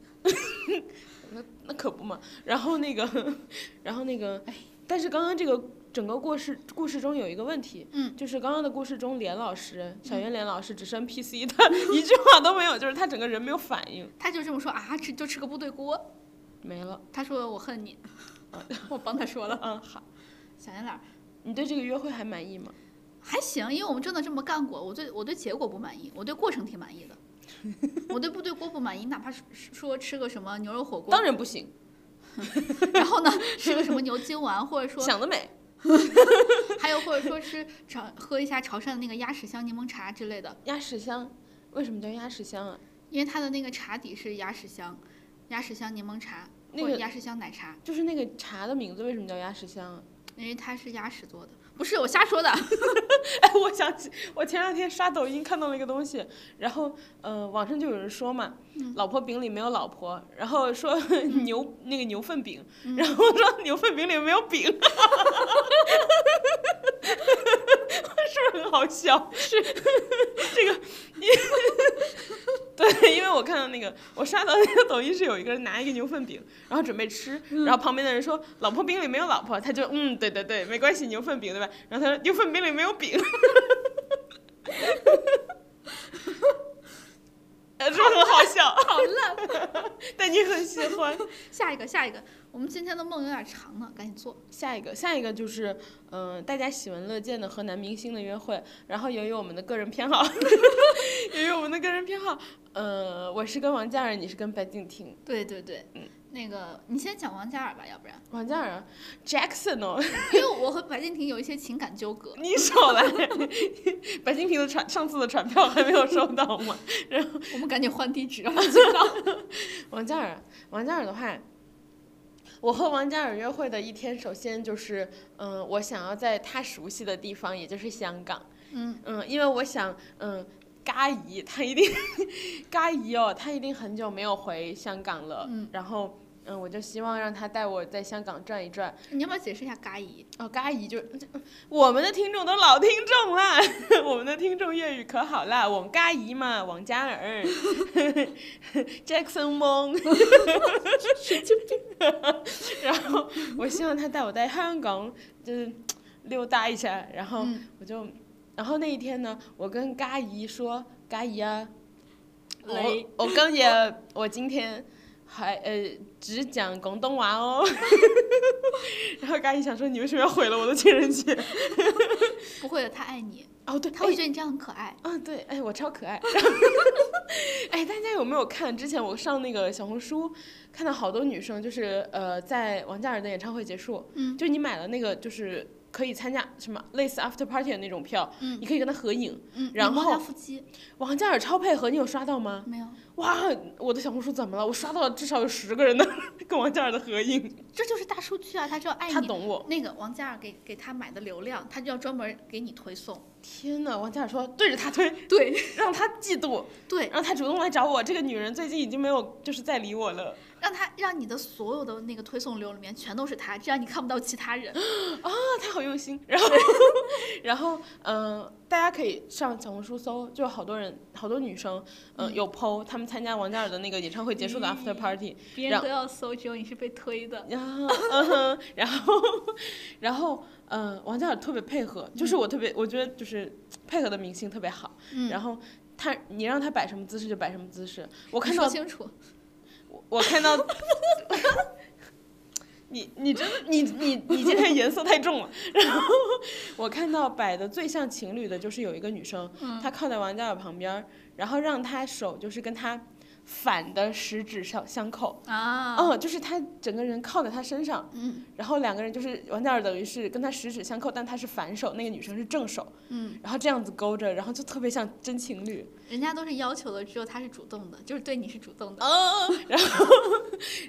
S2: 那可不嘛。然后那个， 然后那
S3: 哎
S2: 个，但是刚刚这个整个故事故事中有一个问题，
S3: 嗯，
S2: 就是刚刚的故事中，连老师小袁连老师只是 NPC，他一句话都没有，就是他整个人没有反应，
S3: 他就这么说啊，吃就吃个部队锅。
S2: 没了。
S3: 他说我恨你，我帮他说了。
S2: 嗯，好，
S3: 小圆脸儿
S2: 你对这个约会还满意吗？
S3: 还行，因为我们真的这么干过。我对我对结果不满意，我对过程挺满意的。我对部队锅不满意，哪怕是是说吃个什么牛肉火锅
S2: 当，然不行，
S3: 然后呢吃个什么牛筋丸，或者说
S2: 想得美。
S3: 还有或者说吃潮喝一下潮汕的那个鸭屎香柠檬茶之类的，
S2: 鸭屎香，为什么叫鸭屎香啊？
S3: 因为它的那个茶底是鸭屎香，鸭屎香柠檬茶
S2: 那
S3: 或者
S2: 个
S3: 鸭屎香奶茶，
S2: 就是那个茶的名字为什么叫鸭屎香啊？
S3: 因为它是鸭屎做的，不是我瞎说的。
S2: 哎，我想起我前两天刷抖音看到了一个东西，然后呃，网上就有人说嘛，
S3: 嗯
S2: 老婆饼里没有老婆，然后说牛、那个牛粪饼，
S3: 嗯
S2: 然后说牛粪饼里没有饼， 是不是很好笑？是 这个， 因对，因为我看到那个我刷到那个抖音是有一个人拿一个牛粪饼，然后准备吃，
S3: 嗯
S2: 然后旁边的人说老婆饼里没有老婆，他就嗯对对对，没关系牛粪饼对吧？然后他说牛粪饼里没有饼。呃，是不是很好笑？好烂， 但你很喜欢。
S3: 下一个，下一个，我们今天的梦有点长呢，赶紧做。
S2: 下一个，下一个就是，嗯、大家喜闻乐见的和男明星的约会。然后由于我们的个人偏好， 由于我们的个人偏好，呃，我是跟王嘉尔，你是跟白敬亭。
S3: 对对对，
S2: 嗯
S3: 那个你先讲王嘉尔吧，要不然，
S2: 王嘉尔啊，Jackson 哦，
S3: 因为我和白敬亭有一些情感纠葛。
S2: 你少来！ 白敬亭的传上次的传票还没有收到吗？
S3: 我们赶紧换地址，让
S2: 王嘉尔，王嘉尔的话，我和王嘉尔约会的一天，首先就是，嗯、我想要在他熟悉的地方，也就是香港，
S3: 嗯
S2: 嗯，因为我想，嗯，嘎姨她一定， 嘎姨哦，她一定很久没有回香港了，
S3: 嗯
S2: 然后。嗯，我就希望让她带我在香港转一转。
S3: 你要不要解释一下嘎姨？
S2: 哦，嘎姨就我们的听众都老听众啦， 我们的听众粤语可好啦，我们嘎姨嘛，王嘉尔 ，Jackson Wong，然后我希望他带我在香港就是溜达一下，然后
S3: 嗯
S2: 我就，然后那一天呢，我跟嘎姨说，嘎姨啊，我
S3: 雷
S2: 我今日我今天还呃只讲广东话哦， 然后嘎姨想说你为什么要毁了我的情人节？
S3: 不会的，他爱你，
S2: 哦对，
S3: 他
S2: 哎
S3: 会觉得你这样很可爱。
S2: 啊，对，哎，我超可 爱。哎，大家有没有看？之前我上那个小红书，看到好多女生，就是呃，在王嘉尔的演唱会结束，
S3: 嗯
S2: 就你买了那个，就是可以参加什么类似 after party 的那种票，
S3: 嗯
S2: 你可以跟他合影。
S3: 嗯，
S2: 然
S3: 你帮他
S2: 后
S3: 腹肌
S2: 王嘉尔超配合，你有刷到吗？
S3: 没有？
S2: 哇，我的小红书怎么了？我刷到了至少有十个人的跟王嘉尔的合影，
S3: 这就是大数据啊，他就爱
S2: 他
S3: 你。
S2: 懂我。
S3: 那个王嘉尔给给他买的流量，他就要专门给你推送。
S2: 天呐，王嘉尔说对着他推，
S3: 对
S2: 让他嫉妒，
S3: 对，
S2: 让他主动来找我。这个女人最近已经没有就是再理我了。
S3: 让他让你的所有的那个推送流里面全都是他，这样你看不到其他人。
S2: 啊， 他好用心。然后，然后，嗯、大家可以上小红书搜，就好多人，好多女生，嗯、有 PO 他们参加王嘉尔的那个演唱会结束的 after party，、
S3: 别
S2: 让
S3: 人都要搜，只有你是被推的。
S2: 然后，嗯哼，然后，然后，嗯、王嘉尔特别配合，就是我特别，我觉得就是配合的明星特别好。
S3: 嗯，
S2: 然后他，你让他摆什么姿势就摆什么姿势。我
S3: 我
S2: 看到，
S3: 清楚。
S2: 我我看到。你你真的你你你今天颜色太重了，然后我看到摆的最像情侣的就是有一个女生，
S3: 嗯
S2: 她靠在王嘉尔旁边儿，然后让她手就是跟她反的食指相相扣，
S3: 啊，
S2: 嗯，就是她整个人靠在她身上，
S3: 嗯
S2: 然后两个人就是王嘉尔等于是跟他十指相扣，但他是反手，那个女生是正手，
S3: 嗯，
S2: 然后这样子勾着，然后就特别像真情侣。
S3: 人家都是要求的，只有他是主动的，就是对你是主动的。
S2: 哦，然后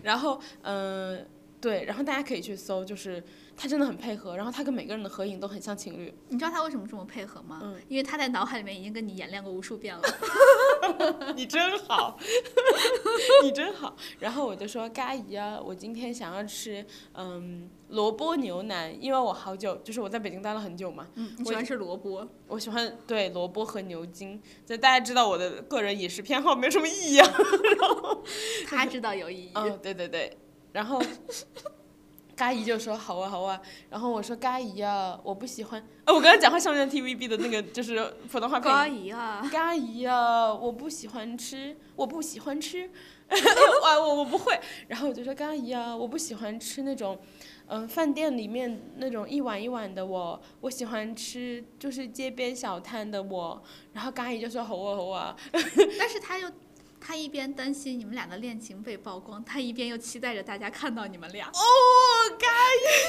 S2: 然后嗯、呃对，然后大家可以去搜，就是他真的很配合，然后他跟每个人的合影都很像情侣。
S3: 你知道他为什么这么配合吗？
S2: 嗯
S3: 因为他在脑海里面已经跟你演练过无数 遍了。
S2: 你真 好，你真好。 然后我就说，嘎姨啊，我今天想要吃嗯萝卜牛腩，因为我好久就是我在北京待了很久嘛，
S3: 嗯，你
S2: 我
S3: 喜欢吃萝卜？
S2: 我喜欢对萝卜和牛筋，就大家知道我的个人饮食偏好没什么异样。
S3: 他知道有意义。
S2: 嗯，对对对。然 后嘎姨就说好啊好啊，然后我说嘎姨啊，我不喜欢。哦，我刚刚讲话像不像 TVB 的那个就是普通话配
S3: 高
S2: 音？
S3: 姨啊，
S2: 嘎姨啊，我不喜欢吃，我不喜欢 吃，啊我我不会。然后我就说嘎姨啊，我不喜欢吃那种，嗯、饭店里面那种一碗一碗的我，我喜欢吃就是街边小摊的我。然后嘎姨就说好啊好啊，
S3: 但是他又，他一边担心你们俩的恋情被曝光，他一边又期待着大家看到你们 俩。
S2: 哦，嘎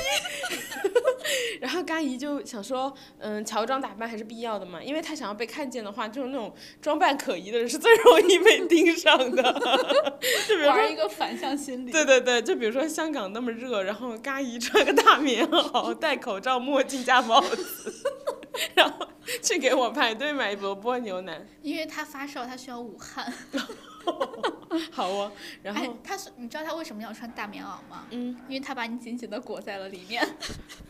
S2: 姨。然后嘎姨就想说，嗯，乔装打扮还是必要的嘛，因为她想要被看见的话，就是那种装扮可疑的人是最容易被盯上的。 就比如说，
S3: 一个反向心理
S2: 对对对，就比如说香港那么热，然后嘎姨穿个大棉袄，戴口罩、墨镜加帽子， 然后去给我排队买萝卜牛腩，
S3: 因为他发烧，他需要捂汗。
S2: 好哦。然后
S3: 哎，，他是你知道他为什么要穿大棉袄吗？
S2: 嗯，
S3: 因为他把你紧紧的裹在了里 面。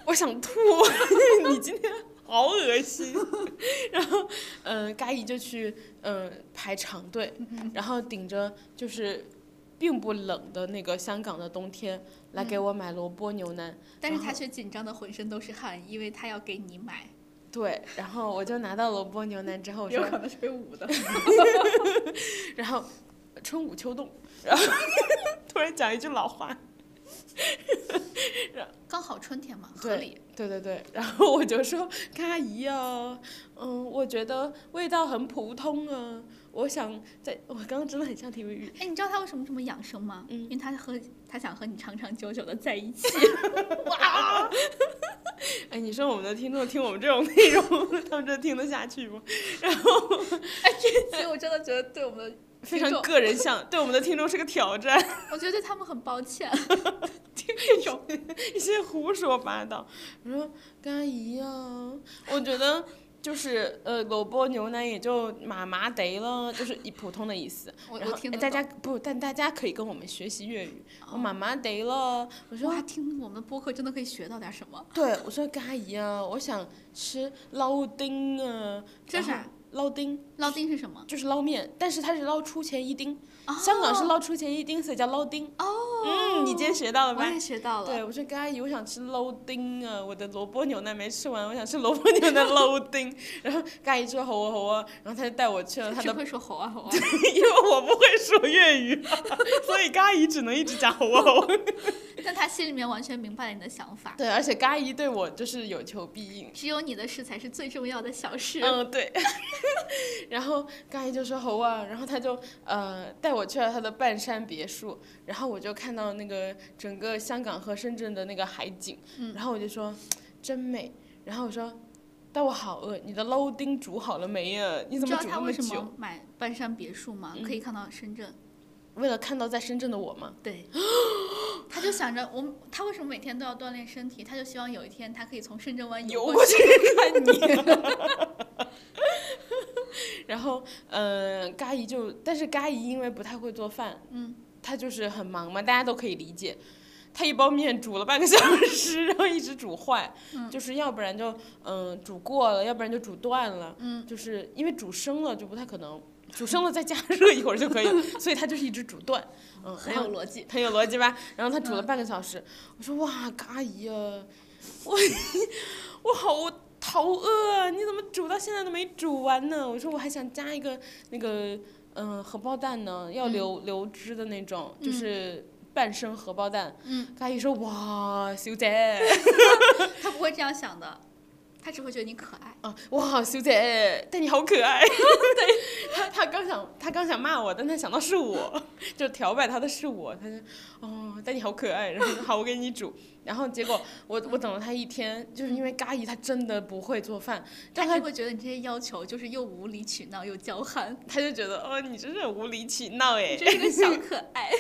S2: 我想吐， 你今天好恶心。 然后，嗯、嘎姨就去嗯、呃排长队，然后顶着就是并不冷的那个香港的冬天来给我买萝卜牛腩。
S3: 但是他
S2: 然后
S3: 却紧张的浑身都是汗，因为他要给你买，
S2: 对，然后我就拿到萝卜牛腩之后，我说，
S3: 能是被捂的。
S2: 然后春捂秋冻，然后 突然讲一句老话，
S3: 刚好春天嘛，合
S2: 对
S3: 理。
S2: 对对对，然后我就说：“阿姨啊，嗯，我觉得味道很普通啊，我想在……我刚刚真的很像 TVB，
S3: 哎，你知道他为什么这么养生吗？
S2: 嗯
S3: 因为他和他想和你长长久久的在 一起。
S2: 哎，你说我们的听众听我们这种内容， 他们这听得下去吗？
S3: 所以我真的觉得对我们的，
S2: 非
S3: 听
S2: 常
S3: 众
S2: 个人向，对我们的听众是个挑 战，
S3: 我觉得对他们很抱歉。
S2: 这种 一些胡说八道。我说：“阿姨啊，我觉得。”就是呃，萝卜牛腩也就麻麻得了，就是一普通的意思。
S3: 我
S2: 然
S3: 我
S2: 后哎
S3: 听得
S2: 大家
S3: 懂
S2: 不，但大家可以跟我们学习粤语。我
S3: 哦
S2: 妈妈得了，我说
S3: 哇，听我们的播客真的可以学到点什么。
S2: 对，我说阿姨啊，我想吃捞丁啊，
S3: 这是
S2: 然后捞丁
S3: 捞丁是什么？
S2: 就是捞面，但是它是捞出前一丁，
S3: 哦
S2: 香港是捞出前一丁，所以叫捞丁。
S3: 哦，
S2: 嗯，你今天学到了
S3: 我
S2: 吧？
S3: 也学到了。
S2: 对，我说阿姨，我想吃捞丁啊，我的萝卜牛腩没吃完，我想吃萝卜牛腩捞丁。然后阿姨说好啊好啊，然后她就带我去了她
S3: 只
S2: 的
S3: 会说吼啊 吼啊，
S2: 因为我不会说粤语， 所以嘎姨只能一直讲吼啊吼。
S3: 但他心里面完全明白了你的想法。
S2: 对，而且嘎姨对我就是有求必应。
S3: 只有你的事才是最重要的小事。
S2: 嗯，对。 然后嘎姨就说好啊，然后他就呃带我去了他的半山别墅，然后我就看到那个整个香港和深圳的那个海景，
S3: 嗯
S2: 然后我就说真美，然后我说。但我好饿，你的捞丁煮好了没呀？你怎
S3: 知
S2: 么
S3: 道
S2: 煮
S3: 他
S2: 那
S3: 为
S2: 么
S3: 什
S2: 久？
S3: 么嗯买半山别墅吗？可以看到深圳。
S2: 为了看到在深圳的我吗？
S3: 对，他就想着我，他为什么每天都要锻炼身体？他就希望有一天他可以从深圳湾
S2: 游
S3: 过
S2: 过去
S3: 看你。
S2: 然后，嗯、呃，嘎姨就，但是嘎姨因为不太会做饭，
S3: 嗯，
S2: 她就是很忙嘛，大家都可以理解。她一包面煮了半个小时， 然后一直煮坏，就是要不然就嗯、呃煮过了，要不然就煮断了，
S3: 嗯，
S2: 就是因为煮生了就不太可能，煮生了再加 热一会儿就可以了，所以她就是一直煮断，嗯，
S3: 很
S2: 然后
S3: 有逻辑。
S2: 很有逻辑吧？然后他煮了半个小时，我说哇，嘎姨呀、我我好头饿啊，你怎么煮到现在都没煮完呢？我说我还想加一个那个嗯、呃荷包蛋呢，要留、留汁的那种，就是半生荷包蛋。
S3: 嗯，
S2: 嘎姨说哇，小姐，
S3: 他不会这样想的，他只会觉得你可爱。
S2: 啊哇，小姐，但你好可 爱。对 他，他刚想他刚想骂我，但他想到是我，就调摆他的是我，他就哦，但你好可爱。然后说好，我给你煮。然后结果我我等了他一天，就是因为嘎姨她真的不会做饭，
S3: 他
S2: 但
S3: 就
S2: 她
S3: 会觉得你这些要求就是又无理取闹又娇憨，
S2: 她就觉得哦，你真是很无理取闹哎
S3: 你。这是个小可 爱。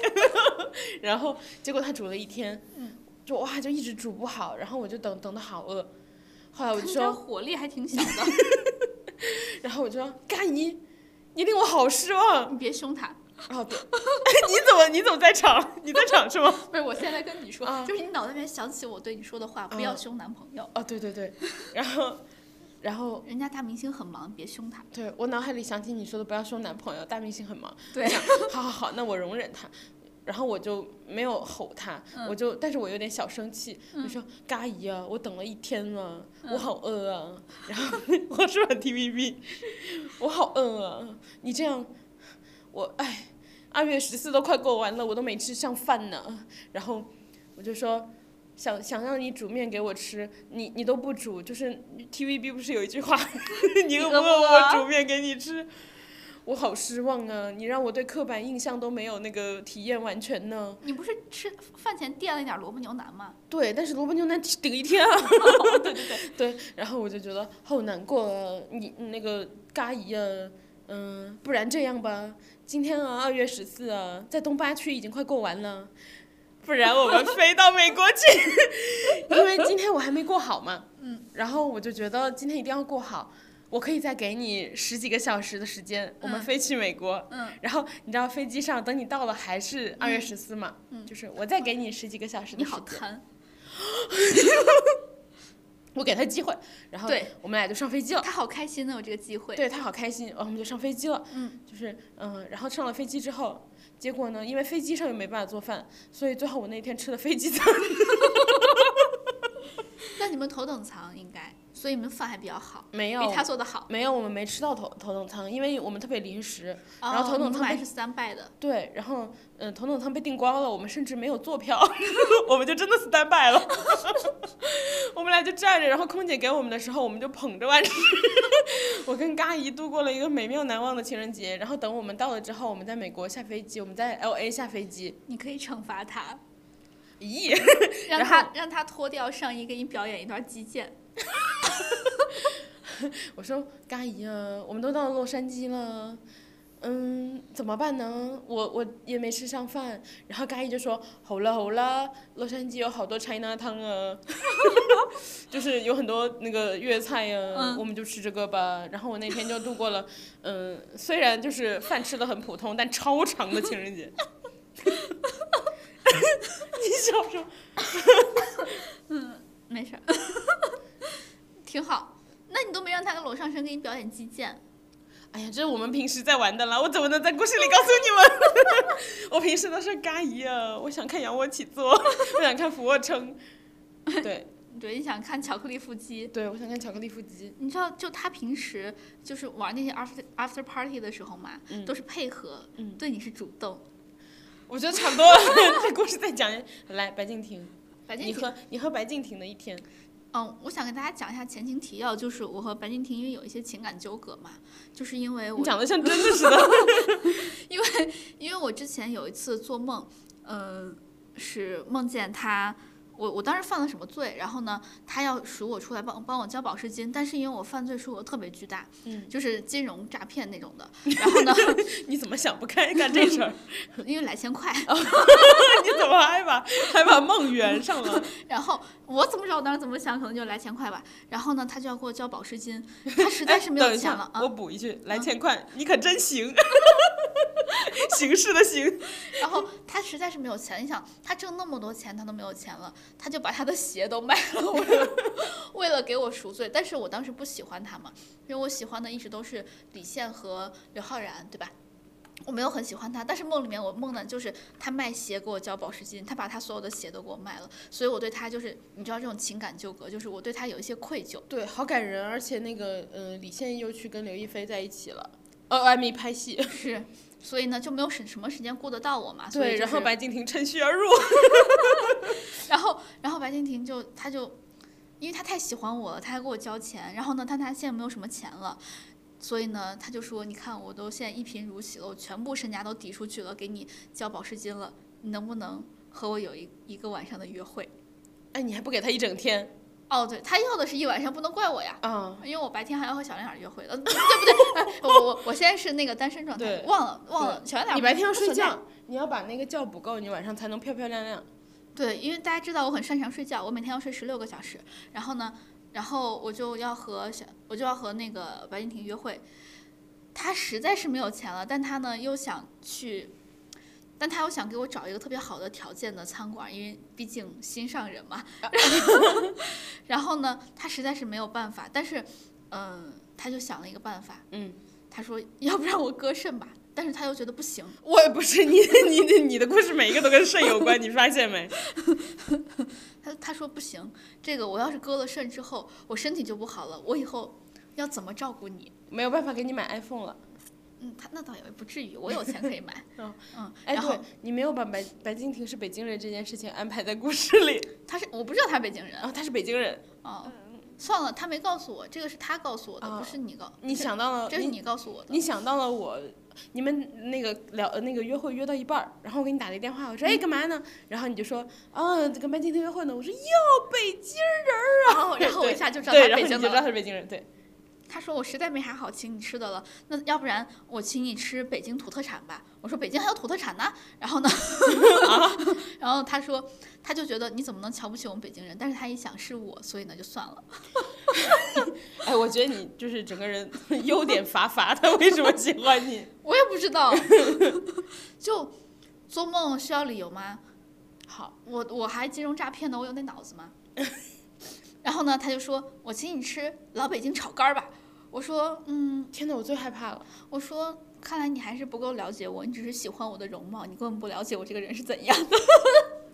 S2: 然后结果他煮了一天，
S3: 嗯
S2: 就哇就一直煮不好，然后我就等等的好饿。后来我
S3: 他
S2: 就
S3: 们
S2: 说
S3: 这火力还挺小的。
S2: 然后我就说嘎姨，你令我好失望。
S3: 你别凶他，
S2: 哦，对， 你怎么你怎么在场？你在场是吗？
S3: 不是我现在跟你说，
S2: 啊
S3: 就是你脑袋里面想起我对你说的话，不要
S2: 啊
S3: 凶男朋友。
S2: 哦，对对对，然后，然后
S3: 人家大明星很忙，别凶他。
S2: 对我脑海里想起你说的不要凶男朋友，大明星很忙。
S3: 对
S2: 我想，好好好，那我容忍他。然后我就没有吼他，我就，但是我有点小生气，我说：“嘎姨啊，我等了一天了，我好饿啊。”然后我是不是很 TVB？我 好饿啊！你这样，我哎，二月十四都快过完了，我都没吃上饭呢。然后我就说。想想让你煮面给我吃，你你都不煮，就是 TVB 不是有一句话， 你饿不
S3: 饿不
S2: 饿？啊
S3: 饿
S2: 我煮面给你吃。我好失望啊！你让我对刻板印象都没有那个体验完全呢。
S3: 你不是吃饭前垫了一点萝卜牛腩吗？
S2: 对，但是萝卜牛腩顶一天啊。
S3: 哦对对对，
S2: 对，然后我就觉得好难过啊！你你那个嘎姨啊，嗯、不然这样吧，今天啊，二月十四啊，在东八区已经快过完了，不然我们飞到美国去， 因为今天我还没过好嘛。嗯。然后我就觉得今天一定要过好。我可以再给你十几个小时的时间，我们
S3: 嗯
S2: 飞去美国。
S3: 嗯，
S2: 然后你知道飞机上等你到了还是二月十四嘛？
S3: 嗯
S2: 就是我再给你十几个小时
S3: 你
S2: 的时
S3: 好
S2: 间，
S3: 贪，
S2: 我给他机会，然后
S3: 对
S2: 我们俩就上飞机了。
S3: 他好开心能有这个机会。
S2: 对他好开心，哦然后我们就上飞机了。
S3: 嗯，
S2: 就是嗯、然后上了飞机之后，结果呢，因为飞机上又没办法做饭，所以最后我那天吃了飞机 餐。
S3: 那你们头等舱应该，所以你们饭还比较好，
S2: 没
S3: 比
S2: 有，
S3: 他做的好。
S2: 没有，我们没吃到头头等舱，因为我们特别临时。然后
S3: 哦
S2: 头等
S3: 你们
S2: 舱
S3: 买
S2: 被
S3: 的是三拜的，
S2: 对，然后嗯、头等舱被订光了，我们甚至没有坐票， 我们就真的 stand by 了。 我们俩就站着，然后空姐给我们的时候，我们就捧着碗吃。 我跟嘎姨度过了一个美妙难忘的情人节。然后等我们到了之后，我们在美国下飞机，我们在 L A 下飞机。
S3: 你可以惩 罚他，
S2: 咦，
S3: 让
S2: 然
S3: 他让他脱掉上衣给你表演一段击剑。
S2: 我说嘎姨啊，我们都到了洛杉矶了，嗯，怎么办呢？我我也没吃上饭。然后嘎姨就说好了好了，洛杉矶有好多 China Town 啊，就是有很多那个粤菜呀、
S3: 嗯
S2: 我们就吃这个吧。然后我那天就度过了，嗯，虽然就是饭吃的很普通，但超长的情人节。 你笑什么？
S3: 没事儿， 挺好。那你都没让他跟楼上生给你表演击剑，
S2: 哎呀，这是我们平时在玩的啦，我怎么能在故事里告诉你们？ 我平时都是嘎姨啊，我想看仰卧起坐， 我想看俯卧撑，对
S3: 对，你想看巧克力腹肌。
S2: 对，我想看巧克力腹肌。
S3: 你知道，就他平时就是玩那些 after after party 的时候嘛，
S2: 嗯
S3: 都是配合，
S2: 嗯
S3: 对你是主动。
S2: 我觉得差不多了， 这故事再讲一。来，白敬亭，
S3: 白敬
S2: 你
S3: 亭，
S2: 和你和白敬亭的一天，
S3: 嗯，我想跟大家讲一下前情提要，就是我和白敬亭因为有一些情感纠葛嘛，就是因为我
S2: 你讲的像真的似的。
S3: 因为因为我之前有一次做梦，呃，是梦见他，我我当时犯了什么罪，然后呢，他要赎我出来帮帮我交保释金，但是因为我犯罪数额特别巨大，
S2: 嗯，
S3: 就是金融诈骗那种的，然后呢，
S2: 你怎么想不开干这事儿？
S3: 因为来钱快，
S2: 你怎么还把还把梦圆上 了？
S3: 然后我怎么知道我当时怎么想，可能就来钱快吧，然后呢，他就要给我交保 释金，他实在是没
S2: 哎
S3: 有
S2: 等一
S3: 钱
S2: 下
S3: 了啊
S2: 我，补一句，来钱快，你可真行， 行事的行。
S3: 然后他实在是没有钱，你想他挣那么多钱，他都没有钱了，他就把他的鞋都卖了，为了 为了给我赎罪。但是我当时不喜欢他嘛，因为我喜欢的一直都是李现和刘昊然，对吧？我没有很喜欢他，但是梦里面我梦的就是他卖鞋给我交保释金，他把他所有的鞋都给我卖了，所以我对他就是你知道这种情感纠葛，就是我对他有一些愧疚。
S2: 对，好感人，而且那个嗯、呃李现又去跟刘亦菲在一起了，呃，艾米拍 戏。
S3: 是，所以呢就没有什什么时间顾得到我嘛。所以
S2: 对，
S3: 就
S2: 然后
S3: 是
S2: 白敬亭趁虚而入。
S3: 然后，然后白敬亭就他就，因为他太喜欢我了，他还给我交钱。然后呢，但他现在没有什么钱了，所以呢，他就说：“你看，我都现在一贫如洗了，我全部身家都抵出去了，给你交保释金了，你能不能和我有一一个晚上的约会
S2: 哎，你还不给他一整天？”
S3: 哦，对他要的是一晚上，不能怪我呀。
S2: 啊、
S3: 因为我白天还要和小亮脸约会的， 对不对？ 我我我现在是那个单身状态
S2: 对，
S3: 忘了忘了小亮脸。
S2: 啊你白天要睡觉，你要把那个觉补够，你晚上才能漂漂亮亮。
S3: 对，因为大家知道我很擅长睡觉，我每天要睡十六个小时。然后呢，然后我就要和小，我就要和那个白敬亭约会。他实在是没有钱了，但他呢又想去，但他又想给我找一个特别好的条件的餐馆，因为毕竟心上人嘛。 然后呢，他实在是没有办法，但是，嗯、他就想了一个办法，
S2: 嗯，
S3: 他说要不让我割肾吧，但是他又觉得不行，
S2: 我不是你，你你你的故事每一个都跟肾有关，你发现没？
S3: 他他说不行，这个我要是割了肾之后，我身体就不好了，我以后要怎么照顾你？
S2: 没有办法给你买 iPhone 了。。
S3: 嗯，他那倒也不至于，我有钱可以买
S2: 哦
S3: 嗯，
S2: 哎，
S3: 然后
S2: 对你没有把白白敬亭是北京人这件事情安排在故事里，
S3: 他是我不知道他北京人
S2: 然后他是北京人，
S3: 哦，算了，他没告诉我，这个是他告诉我的，
S2: 啊
S3: 不是你告，
S2: 你想到了
S3: 这是
S2: 你
S3: 你告诉我的。
S2: 你想到了我，你们那个聊呃那个约会约到一半儿，然后我给你打了一电话，我说哎干嘛呢？然后你就说啊跟白敬亭约会呢，我说哟北京
S3: 然后然后我
S2: 对
S3: 一下就知道
S2: 对，
S3: 他
S2: 然后
S3: 北
S2: 你就
S3: 京
S2: 知道
S3: 的
S2: 他
S3: 了。
S2: 是北京人，对，
S3: 他说我实在没啥好请你吃的了，那要不然我请你吃北京土特产吧。我说北京还有土特产呢。然后呢，然后他说他就觉得你怎么能瞧不起我们北京人？但是他一想是我，所以呢就算了。
S2: 哎，我觉得你就是整个人 优点乏乏，他为什么喜欢你？
S3: 我也不知道，就做梦需要理由吗？
S2: 好，
S3: 我我还金融诈骗呢，我有那脑子吗？然后呢，他就说我请你吃老北京炒肝儿吧。我说嗯，
S2: 天哪，我最害怕了，
S3: 我说看来你还是不够了解我，你只是喜欢我的容貌，你根本不了解我这个人是怎样的。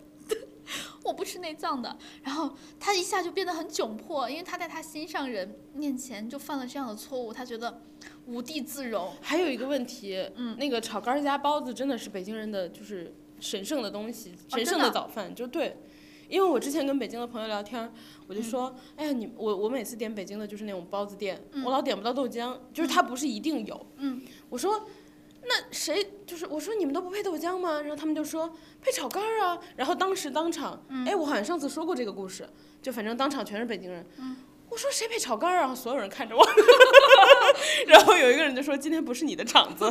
S3: 我不吃内脏的，然后他一下就变得很窘迫，因为他在他心上人面前就犯了这样的错误，他觉得无地自容。
S2: 还有一个问题，
S3: 嗯，
S2: 那个炒肝儿加包子真的是北京人的就是神圣的东西，神圣
S3: 哦真的
S2: 的早饭，就对。因为我之前跟北京的朋友聊天儿，我就说，哎呀，你我我每次点北京的就是那种包子店，
S3: 嗯
S2: 我老点不到豆浆，就是它不是一定有。
S3: 嗯，
S2: 我说，那谁就是我说你们都不配豆浆吗？然后他们就说配炒肝儿啊。然后当时当场，
S3: 嗯
S2: 哎，我好像上次说过这个故事，就反正当场全是北京人。
S3: 嗯
S2: 我说谁配炒肝儿啊？然后所有人看着我， 然后有一个人就说今天不是你的场子。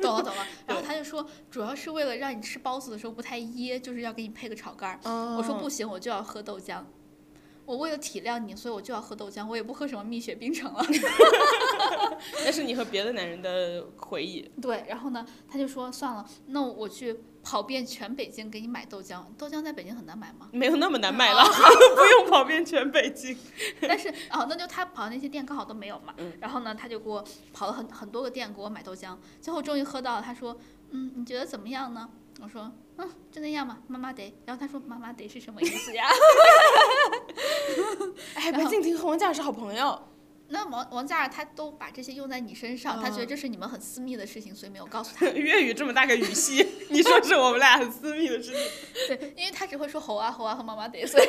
S3: 懂了懂了。然后他就说，主要是为了让你吃包子的时候不太噎，就是要给你配个炒肝儿。
S2: 我
S3: 我说不行，我就要喝豆浆。我为了体谅你，所以我就要喝豆浆，我也不喝什么蜜雪冰城了。
S2: 那是你和别的男人的回忆。
S3: 对，然后呢，他就说算了，那我去跑遍全北京给你买豆浆。豆浆在北京很难买吗？
S2: 没有那么难买了， 不用跑遍全北京。
S3: 但是哦，那就他跑的那些店刚好都没有嘛。
S2: 嗯
S3: 然后呢，他就给我跑了很很多个店给我买豆浆，最后终于喝到了。他说：“嗯，你觉得怎么样呢？”我说：“嗯，就那样吧，妈妈得。”然后他说：“妈妈得是什么意思呀？”
S2: 哎，
S3: 然后
S2: 白敬亭和王嘉尔是好朋友，
S3: 那王王嘉尔他都把这些用在你身上，他觉得这是你们很私密的事情，所以没有告 诉他。
S2: 粤语这么大个语系，你说是我们俩很私密的事情。
S3: 对，因为他只会说猴啊猴啊和妈妈得，所以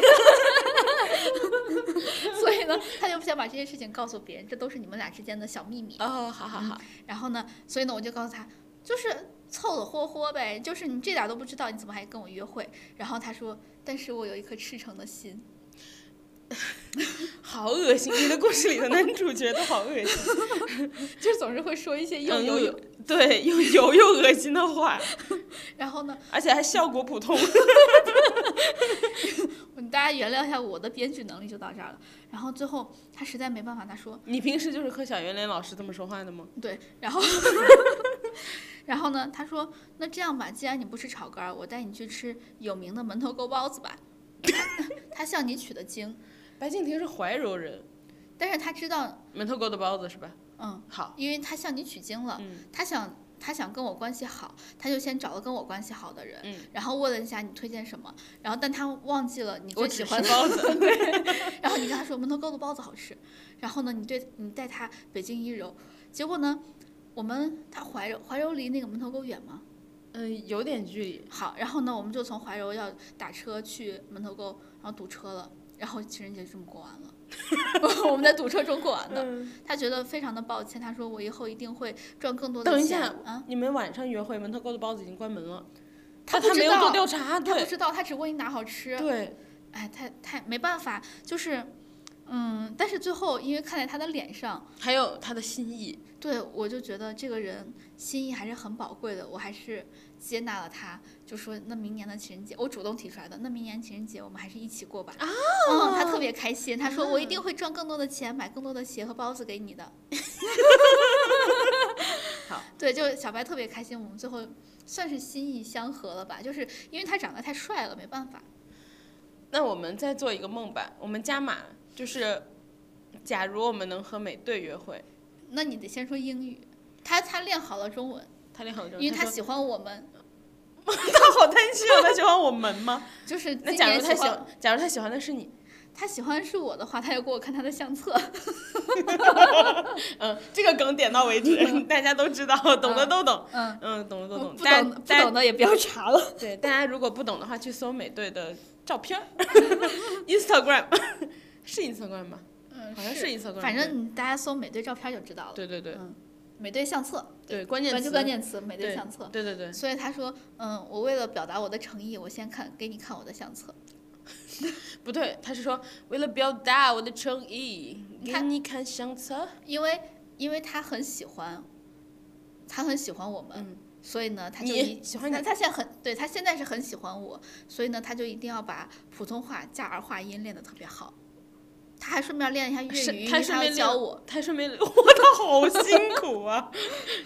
S3: 所以呢，他就不想把这些事情告诉别人，这都是你们俩之间的小秘密。
S2: 哦，好好好，
S3: 然后呢，所以呢，我就告诉他，就是凑合霍霍呗，就是你这点儿都不知道，你怎么还跟我约会？然后他说，但是我有一颗赤诚的心。
S2: 好恶心！你的故事里的男主角都好恶 心，
S3: 就总是会说一些又
S2: 嗯
S3: 油又，
S2: 对又油又恶心的话，
S3: 然后呢，
S2: 而且还效果普通。
S3: 大家原谅一下我的编剧能力就到这儿了。然后最后他实在没办法，他说
S2: 你平时就是和小圆脸老师这么说话的吗？
S3: 对，然后 然后呢，他说那这样吧，既然你不吃炒肝儿，我带你去吃有名的门头沟包子吧。 他向你取的经，
S2: 白敬亭是怀柔人，
S3: 但是他知道，
S2: 门头沟的包子是吧？
S3: 嗯，
S2: 好，
S3: 因为他向你取经了，
S2: 嗯
S3: 他想他想跟我关系好，他就先找了跟我关系好的人，
S2: 嗯，
S3: 然后问了一下你推荐什么，然后但他忘记了你
S2: 我
S3: 最喜
S2: 只
S3: 欢
S2: 欢包 子。
S3: 然后你跟他说门头沟的包子好吃，然后呢，你对你带他北京一柔，结果呢，我们他怀柔怀柔离那个门头沟远吗？
S2: 嗯，有点距离。
S3: 好，然后呢，我们就从怀柔要打车去门头沟，然后堵车了，然后情人节就这么过完了， 我们在堵车中过完的。
S2: 嗯，
S3: 他觉得非常的抱歉，他说我以后一定会赚更多的
S2: 等一
S3: 钱。
S2: 下
S3: 啊，
S2: 你们晚上约会，门头沟的包子已经关门了，
S3: 他
S2: 但
S3: 不
S2: 他
S3: 知
S2: 没有做
S3: 道，
S2: 调查，
S3: 他不
S2: 对
S3: 知道，他只问你哪好吃。
S2: 对，
S3: 哎，太太没办法，就是，嗯，但是最后因为看在他的脸上。
S2: 还有他的心意。
S3: 对，我就觉得这个人心意还是很宝贵的，我还是接纳了他，就说那明年的情人节，我主动提出来的，那明年情人节我们还是一起过吧。啊，嗯，他特别开心，他说我
S2: 嗯
S3: 一定会赚更多的钱，买更多的鞋和包子给你的。
S2: 好，
S3: 对，就小白特别开心，我们最后算是心意相合了吧，就是因为他长得太帅了，没办法。
S2: 那我们再做一个梦吧，我们加码，就是假如我们能和美队约会，
S3: 那你得先说英语，他他练好了中文，
S2: 他脸好正，
S3: 因为他
S2: 说
S3: 喜欢我们，
S2: 他好贪心啊，他喜欢我们 吗？
S3: 就是
S2: 那
S3: 今
S2: 假
S3: 年
S2: 如他
S3: 喜
S2: 喜
S3: 欢
S2: 欢，假如他喜欢的是你，
S3: 他喜欢是我的话，他要给我看他的相册。
S2: 嗯，这个梗点到为 止，大家都知道，懂的都懂，
S3: 嗯，
S2: 嗯，懂的都
S3: 不
S2: 懂。
S3: 不
S2: 大
S3: 懂
S2: 家
S3: 不
S2: 大
S3: 懂
S2: 家
S3: 的也不要查了。
S2: 对大家如果不懂的话，去搜美队的照片儿 ，Instagram 是 Instagram 吗？
S3: 嗯
S2: 好像是 Instagram，
S3: 反正你大家搜美队照片就知道了。
S2: 对对对
S3: 嗯，美队相册，
S2: 对，关键
S3: 关
S2: 词
S3: 注关键词美队
S2: 对
S3: 相册。
S2: 对对对，
S3: 所以他说，嗯，我为了表达我的诚意，我先看给你看我的相册。
S2: 不对，他是说为了表达我的诚意，
S3: 你
S2: 给
S3: 看
S2: 你看相册。
S3: 因为因为他很喜欢，他很喜欢我们，
S2: 嗯
S3: 所以呢，他就
S2: 你
S3: 一
S2: 喜欢
S3: 他
S2: 你
S3: 他现在很对他现在是很喜欢我，所以呢，他就一定要把普通话加儿化音练得特别好。他还顺便练一下粤
S2: 是
S3: 语，因
S2: 他
S3: 为
S2: 顺
S3: 他要
S2: 便
S3: 教
S2: 练
S3: 我。
S2: 他顺便，我他好辛苦啊！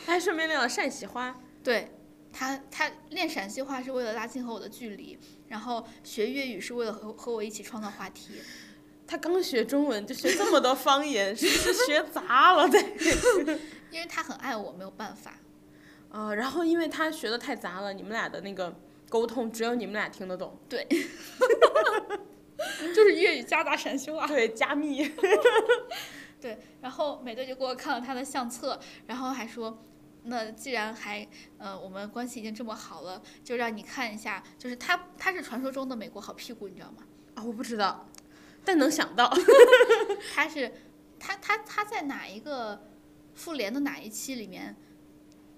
S2: 他还顺便练了陕西话，
S3: 对他，他练陕西话是为了拉近和我的距离，然后学粤语是为了和和我一起创造话题。
S2: 他刚学中文就学这么多方言，是不是学杂了？对。
S3: 因为他很爱我，没有办法。
S2: 啊、然后因为他学的太杂了，你们俩的那个沟通只有你们俩听得懂。
S3: 就是粤语夹杂陕西话。
S2: 对，加密。
S3: 对，然后美队就给我看了他的相册，然后还说，那既然还，呃，我们关系已经这么好了，就让你看一下，就是他他是传说中的美国好屁股，你知道吗？
S2: 啊、我不知道，哦但能想到。
S3: 他是他他他在哪一个复联的哪一期里面，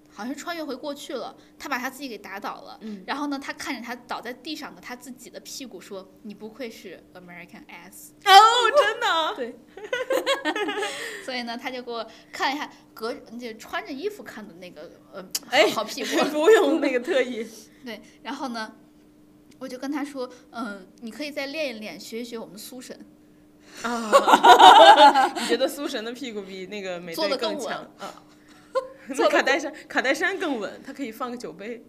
S3: 好像是穿越回过去了，他把他自己给打倒了。
S2: 嗯
S3: 然后呢，他看着他倒在地上的他自己的屁股，说：“你不愧是 American ass。”
S2: 哦，真 的。对。
S3: 所以呢，他就给我看一下隔就穿着衣服看的那个呃
S2: 哎
S3: 好屁股，
S2: 不用那个特意。
S3: 对，然后呢，我就跟他说，嗯、你可以再练一练，学一学我们的苏神，
S2: 啊。你觉得苏神的屁股比那个美
S3: 做
S2: 队
S3: 得更
S2: 强 啊？
S3: 做
S2: 那
S3: 得
S2: 卡戴珊，卡戴珊更稳，他可以放个酒杯。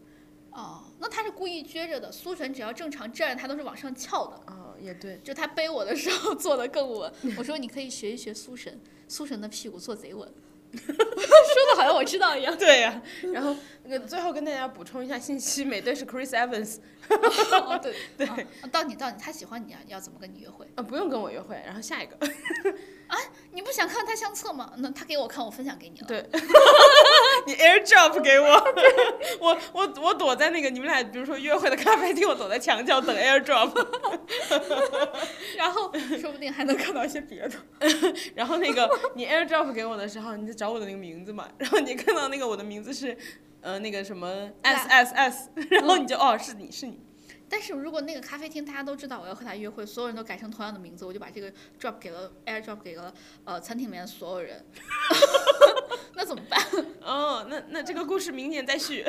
S3: 哦，那他是故意撅着的，苏神只要正常站着，他都是往上翘的。
S2: 哦，也对。
S3: 就他背我的时候坐得更稳， 我说你可以学一学苏神，苏神的屁股坐贼稳， 说的好像我知道一 样。
S2: 对呀、然后那个最后跟大家补充一下信息，美队是 Chris Evans
S3: 哦、对
S2: 对
S3: 啊到你到你，他喜欢你啊，要怎么跟你约会？
S2: 啊，不用跟我约会。然后下一个，
S3: 你不想看他相册吗？那他给我看，我分享给你了。
S2: 你 AirDrop 给我， 我我我躲在那个你们俩比如说约会的咖啡厅，我躲在墙角等 AirDrop，
S3: 然后说不定还能看到一些别的。
S2: 然后那个你 AirDrop 给我的时候，你就找我的那个名字嘛，然后你看到那个我的名字是呃那个什么 S S S，然后你就哦是你是你，
S3: 但是如果那个咖啡厅大家都知道我要和他约会，所有人都改成同样的名字，我就把这个 drop 给了 air drop 给了呃餐厅里面的所有人，那怎么办？
S2: 哦那那这个故事明年再续，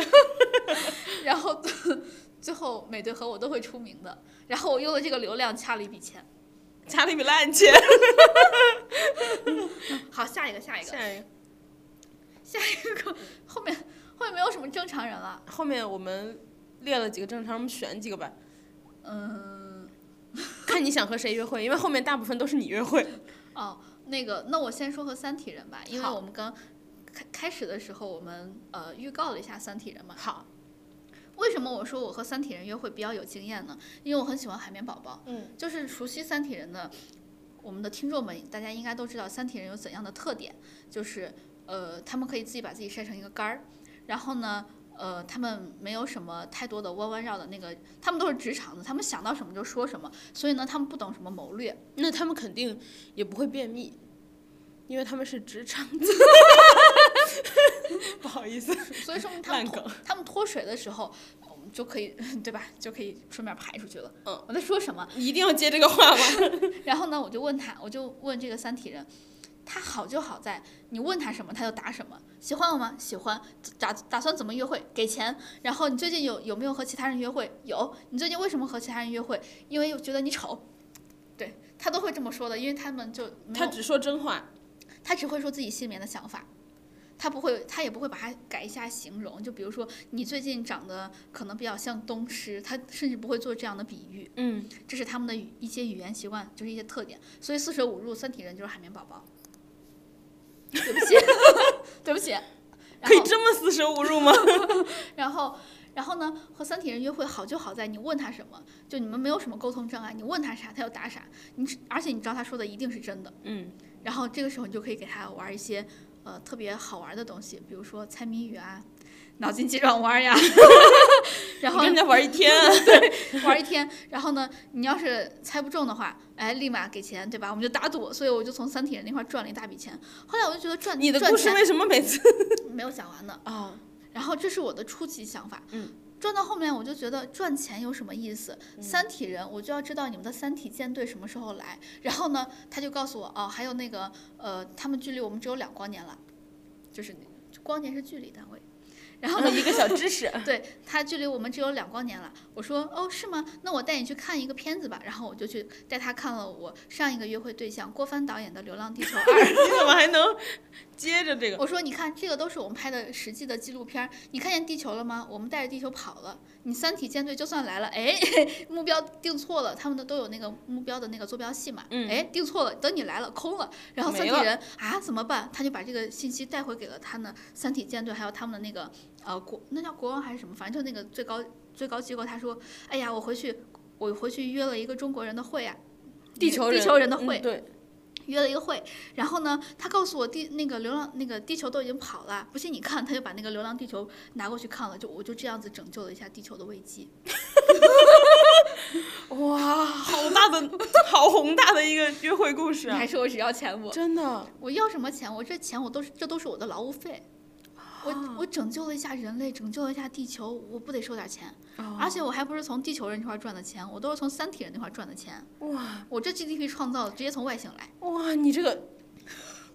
S3: 然后 最后美队和我都会出名的，然后我用了这个流量掐了一笔钱。
S2: 家里比 烂钱。
S3: 好，下一个，下一个，
S2: 下一个
S3: 后面后面没有什么正常人了。
S2: 后面我们列了几个正常，我们选几个吧，
S3: 嗯，
S2: 看你想和谁约会，因为后面大部分都是你约会。
S3: 哦，那个，那我先说和三体人吧，因为
S2: 好
S3: 我们刚开开始的时候，我们呃预告了一下三体人嘛。
S2: 好，
S3: 为什么我说我和三体人约会比较有经验呢？因为我很喜欢海绵宝宝。
S2: 嗯，
S3: 就是熟悉三体人的我们的听众们，大家应该都知道三体人有怎样的特点，就是呃，他们可以自己把自己晒成一个杆儿，然后呢。呃，他们没有什么太多的弯弯绕的那个，他们都是直肠子，他们想到什么就说什么，所以呢，他们不懂什么谋略。
S2: 那他们肯定也不会便秘，因为他们是直肠 子。不好意思，
S3: 所以说明他
S2: 烂
S3: 们脱
S2: 梗。
S3: 他们脱水的时候，我们就可以 对吧？就可以顺便排出去了。
S2: 嗯，
S3: 我在说什么？
S2: 一定要接这个话吗？
S3: 然后呢，我就问他，我就问这个三体人，他好就好在你问他什么他就答什么，喜欢我吗？喜欢，打打算怎么约会？给钱。然后你最近有有没有和其他人约会？有。你最近为什么和其他人约会？因为我觉得你丑。对他都会这么说的，因为他们就没有
S2: 他只说真话，
S3: 他只会说自己心里面的想法，他不会，他也不会把它改一下形容。就比如说，你最近长得可能比较像东施，他甚至不会做这样的比喻。
S2: 嗯，
S3: 这是他们的语一些语言习惯，就是一些特点。所以四舍五入，三体人就是海绵宝宝。对不起，对不起。然
S2: 可以
S3: 后，
S2: 这么四舍五入吗？
S3: 然后，然后呢？和三体人约会好就好在你问他什么，就你们没有什么沟通障碍，你问他啥他就答啥。你只而且你知道他说的一定是真的。
S2: 嗯，
S3: 然后这个时候你就可以给他玩一些呃特别好玩的东西，比如说猜谜语啊、脑筋急转弯呀， 然
S2: 你
S3: 后
S2: 跟人家玩一天啊，
S3: 玩一天。然后呢，你要是猜不中的话，哎，立马给钱，对吧？我们就打赌，所以我就从三体人那块儿赚了一大笔钱。后来我就觉得赚
S2: 你的
S3: 赚
S2: 故事
S3: 钱
S2: 为什么每次
S3: 没有讲完呢，
S2: 啊？
S3: 然后这是我的初级想法。
S2: 嗯。
S3: 赚到后面，我就觉得赚钱有什么意思？三体人，我就要知道你们的三体舰队什么时候来。然后呢，他就告诉我，哦，还有那个，呃，他们距离我们只有两光年了，就是光年是距离单位。然后呢，
S2: 一个小知识，
S3: 对他距离我们只有两光年了。我说哦，是吗？那我带你去看一个片子吧。然后我就去带他看了我上一个约会对象郭帆导演的《流浪地球二》。
S2: 你怎么还能接着这个？
S3: 我说你看，这个都是我们拍的实际的纪录片儿。你看见地球了吗？我们带着地球跑了。你三体舰队就算来了，哎， 目标定错了，他们的都有那个目标的那个坐标系嘛。
S2: 嗯
S3: 哎，定错了，等你来了空了，然后
S2: 没
S3: 三体
S2: 了
S3: 人啊怎么办？他就把这个信息带回给了他们三体舰队，还有他们的那个呃国那叫国王还是什么，反正就那个最高最高机构，他说，哎呀，我回去我回去约了一个中国人的会啊。
S2: 地球人，
S3: 地球人的会
S2: 嗯， 对，
S3: 约了一个会，然后呢，他告诉我地那个流浪那个地球都已经跑了，不信你看，他就把那个流浪地球拿过去看了，就我就这样子拯救了一下地球的危机。
S2: 哇，好大的，好宏大的一个约会故事
S3: 你
S2: 啊
S3: 还！说我只要钱 我，
S2: 真的，
S3: 我要什么钱？我这钱我都是这都是我的劳务费。我我拯救了一下人类，拯救了一下地球，我不得收点钱？而且我还不是从地球人这块赚的钱，我都是从三体人那块赚的钱。
S2: 哇
S3: 我这 GDP 创造的直接从外星来。
S2: 哇，你这 个，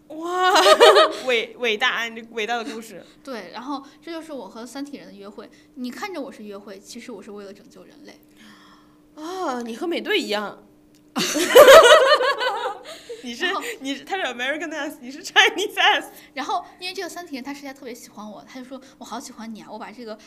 S2: 哇， 伟伟大，啊你这伟大的故事，
S3: 对，然后这就是我和三体人的约会。你看着我是约会，其实我是为了拯救人类。
S2: 啊，你和美队一样。 你是
S3: 然后
S2: 你是他是 American ass，你是 Chinese ass，
S3: 然后因为这个三体人他实在特别喜欢我，他就说我好喜欢你啊，我把这个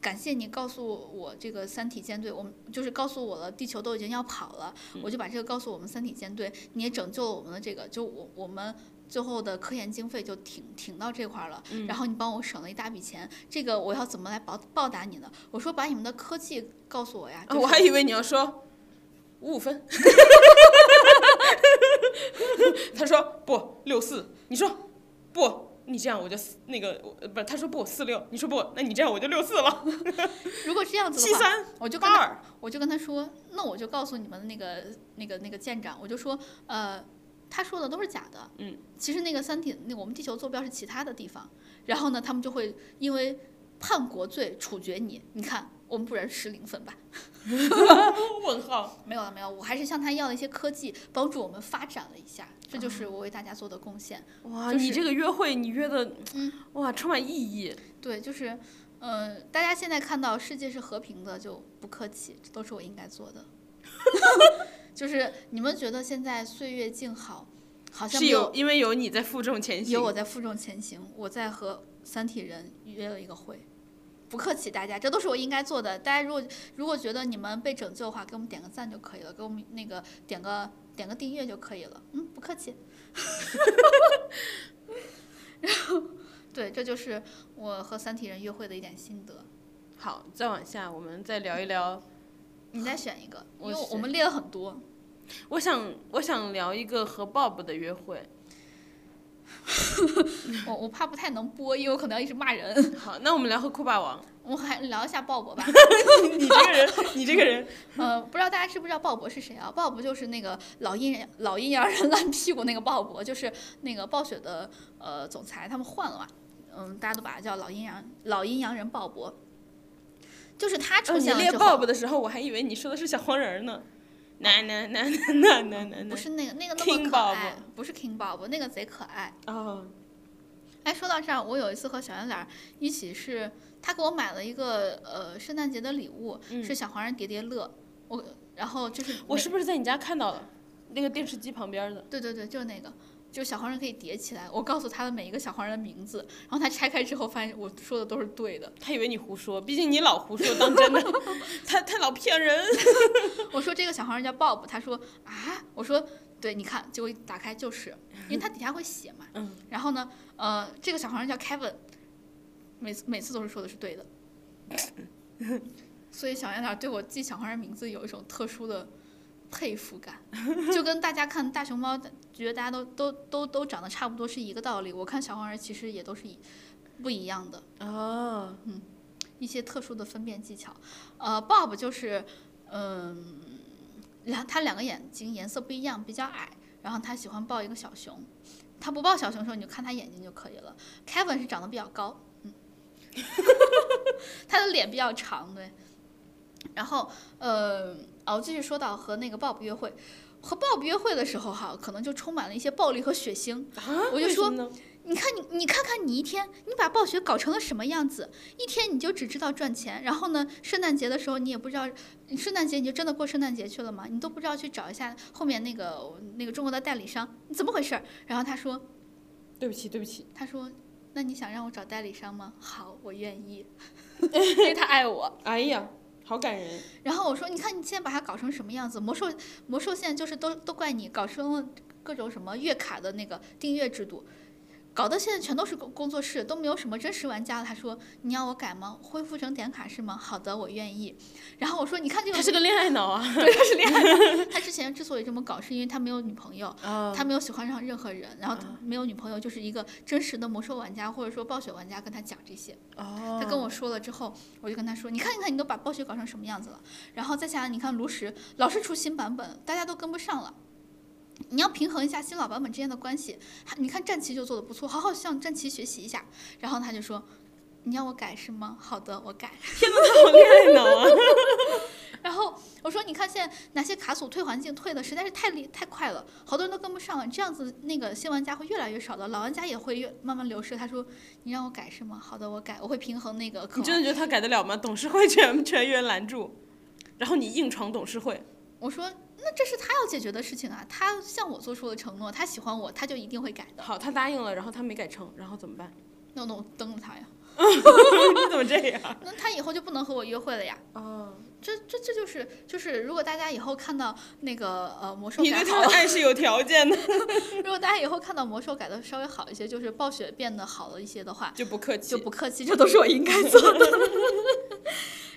S3: 感谢你告诉我这个三体舰队，我们就是告诉我了，地球都已经要跑了，
S2: 嗯
S3: 我就把这个告诉我们三体舰队，你也拯救了我们的这个，就我我们。最后的科研经费就停停到这块儿了，
S2: 嗯
S3: 然后你帮我省了一大笔钱，这个我要怎么来报报答你呢？我说把你们的科技告诉我呀，
S2: 啊
S3: 就是、
S2: 我还以为你要说五五 分，他说不六四，你说不，你这样我就四那个我呃不是，他说不四六，你说不，那你这样我就六四了，
S3: 如果这样子
S2: 七
S3: 的话，
S2: 三
S3: 我就跟
S2: 八
S3: 他
S2: 二，
S3: 我就跟他说，那我就告诉你们那个那个那个舰长，我就说，呃，他说的都是假的。
S2: 嗯，
S3: 其实那个三体，那我们地球坐标是其他的地方，然后呢，他们就会因为叛国罪处决你。你看，我们不然失零分吧？
S2: 问号。
S3: 没有了，没有，我还是向他要了一些科技，帮助我们发展了一下，这就是我为大家做的贡献。
S2: 哇，
S3: 就是
S2: 你这个约会，你约的，
S3: 嗯
S2: 哇，充满意义。
S3: 对，就是，呃，大家现在看到世界是和平的，就不客气，这都是我应该做的。 就是你们觉得现在岁月静好，好像
S2: 是
S3: 没
S2: 有，因为有你在负重前行。
S3: 有我在负重前行，我在和三体人约了一个会。不客气，大家，这都是我应该做的。大家如果如果觉得你们被拯救的话，给我们点个赞就可以了，给我们那个点个点个订阅就可以了。嗯，不客气。 然后，对，这就是我和三体人约会的一点心得。
S2: 好，再往下，我们再聊一聊。
S3: 你再选一个，因
S2: 我
S3: 为我
S2: 选
S3: 们列了很多。
S2: 我想，我想聊一个和 Bob 的约 会。
S3: 我我怕不太能播，因为我可能要一直骂人。
S2: 好，那我们聊和酷霸王。
S3: 我还聊一下鲍勃吧。
S2: 你这个人，你这个人，
S3: 呃，不知道大家知不知道鲍勃是谁啊？鲍勃就是那个老阴阳老阴阳人 烂屁股那个鲍勃，就是那个暴雪的呃总裁，他们换了嘛，嗯，大家都把他叫老阴阳老阴阳人鲍勃，就是他
S2: 哦
S3: 出
S2: 呃你
S3: 现了
S2: 列
S3: 之后，
S2: Bob 的时候，我还以为你说的是小黄人儿呢。那那那那那那那
S3: 不
S2: 那。
S3: 是那个那个那
S2: King
S3: 么可
S2: 鲍勃
S3: 爱，不是 King 鲍勃，那个贼可爱。
S2: 哦，
S3: 哎，说到这儿，我有一次和小圆脸儿一起是，他给我买了一个呃圣诞节的礼物，
S2: 嗯
S3: 是小黄人叠叠乐，我然后就是
S2: 我
S3: 每
S2: 是不是在你家看到了？那个电视机旁边的。
S3: 对对对，就是那个，就小黄人可以叠起来。我告诉他的每一个小黄人的名字，然后他拆开之后发现我说的都是对的。
S2: 他以为你胡说，毕竟你老胡说当 真的，他他老骗人。
S3: 我说这个小黄人叫 Bob，他说啊，我说对，你看，结果一打开就是，因为他底下会写嘛。
S2: 嗯。
S3: 然后呢，呃，这个小黄人叫 Kevin，每次每次都是说的是对的。 所以小圆脸对我记小黄人名字有一种特殊的佩服感，就跟大家看大熊猫，觉得大家都都都都长得差不多是一个道理。我看小黄人其实也都是一不一样的。
S2: 哦，
S3: 一些特殊的分辨技巧。呃，Bob 就是，嗯，两他两个眼睛颜色不一样，比较矮，然后他喜欢抱一个小熊。他不抱小熊的时候，你就看他眼睛就可以了。Kevin 是长得比较高，嗯， 他的脸比较长，对。然后，呃，啊，我继续说到和那个 Bob 约会。和 Bob 约会的时候哈，可能就充满了一些暴力和血腥。我就
S2: 啊为什
S3: 说
S2: 么呢
S3: 你看你，你看看你一天，你把暴雪搞成了什么样子？一天你就只知道赚钱，然后呢，圣诞节的时候你也不知道，圣诞节你就真的过圣诞节去了吗？你都不知道去找一下后面那个那个中国的代理商，你怎么回事儿？然后他说，
S2: 对不起，对不起，
S3: 他说，那你想让我找代理商吗？好，我愿意，因为他爱我。
S2: 哎呀，好感人。
S3: 然后我说，你看你现在把它搞成什么样子？魔兽魔兽现在就是都都怪你搞成了各种什么月卡的那个订阅制度，搞得现在全都是工工作室，都没有什么真实玩家了。他说你要我改吗？恢复成点卡是吗？好的，我愿意。然后我说你看这
S2: 他
S3: 个，
S2: 是个恋爱脑啊。
S3: 他是恋爱脑，他之前之所以这么搞，是因为他没有女朋友。
S2: 啊
S3: 他没有喜欢上任何人，然后他没有女朋友，就是一个真实的魔兽玩家或者说暴雪玩家跟他讲这些。
S2: 哦
S3: 他跟 我说了之后，我就跟他说：“你看，你看，你都把暴雪搞成什么样子了。”然后再下来，你看炉石老是出新版本，大家都跟不上了。你要平衡一下新老版本之间的关系。还你看战旗就做的不错，好好向战旗学习一下。然后他就说：“你要我改是吗？好的，我改。
S2: 好恋爱脑啊。”
S3: 然后我说：“你看现在哪些卡组退环境退的实在是太厉太快了，好多人都跟不上了。这样子那个新玩家会越来越少的，老玩家也会越慢慢流失。”他说：“你让我改是吗？好的，我改，我会平衡那个。”
S2: 你真的觉得他改得了吗？董事会全全员拦住，然后你硬闯董事会。
S3: 我说，那这是他要解决的事情啊，他向我做出了承诺，他喜欢我，他就一定会改的。
S2: 好，他答应了，然后他没改成，然后怎么办？
S3: 那那我蹬了他呀，
S2: 你怎么这样？
S3: 那他以后就不能和我约会了呀。
S2: 哦，
S3: 这这这就是就是，如果大家以后看到那个呃魔兽
S2: 你
S3: 改
S2: 对
S3: 好
S2: 他的
S3: 了，
S2: 爱是有条件的，
S3: 如果大家以后看到魔兽改的稍微好一些，就是暴雪变得好了一些的话，
S2: 就不客气
S3: 就。不客气，这都是我应该做 的。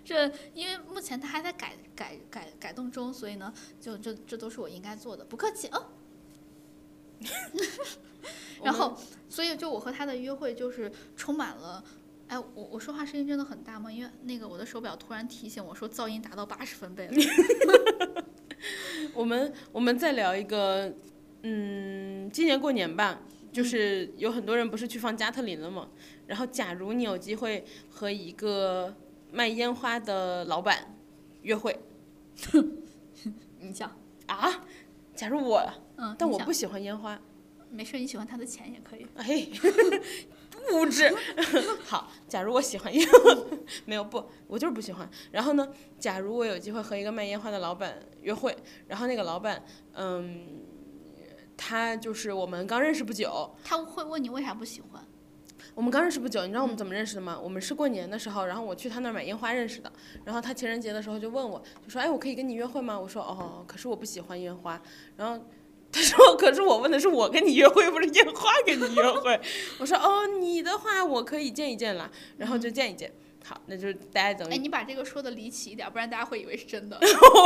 S3: 这因为目前他还在改改改改动中，所以呢，就这这都是我应该做的，不客气啊。然后，所以就我和他的约会就是充满了，哎，我我说话声音真的很大吗？因为那个我的手表突然提醒我说噪音达到八十分 贝了。
S2: 我们我们再聊一个，嗯，今年过年吧，就是有很多人不是去放加特林了嘛，然后假如你有机会和一个卖烟花的老板约会
S3: 你 想，
S2: 啊，假如我，
S3: 嗯，
S2: 但
S3: 你
S2: 我
S3: 想
S2: 不喜欢烟花，
S3: 没事，你喜欢他的钱也可 以。
S2: 哎，物质。好，假如我喜欢烟，没有不，我就是不喜欢。然后呢，假如我有机会和一个卖烟花的老板约会，然后那个老板，嗯，他就是我们刚认识不久，
S3: 他会问你为啥不喜欢，
S2: 我们刚认识不久，你知道我
S3: 嗯
S2: 们怎么认识的吗？我们是过年的时候，然后我去他那儿买烟花认识的。然后他情人节的时候就问我，就说：“哎，我可以跟你约会吗？”我说：“哦，可是我不喜欢烟花。”然后他说：“可是我问的是我跟你约会，不是烟花跟你约会。”我说：“哦，你的话我可以见一见啦。”然后就见一见。好，那就是大家等
S3: 哎，
S2: 于
S3: 你把这个说的离奇一点，不然大家会以为是 真的，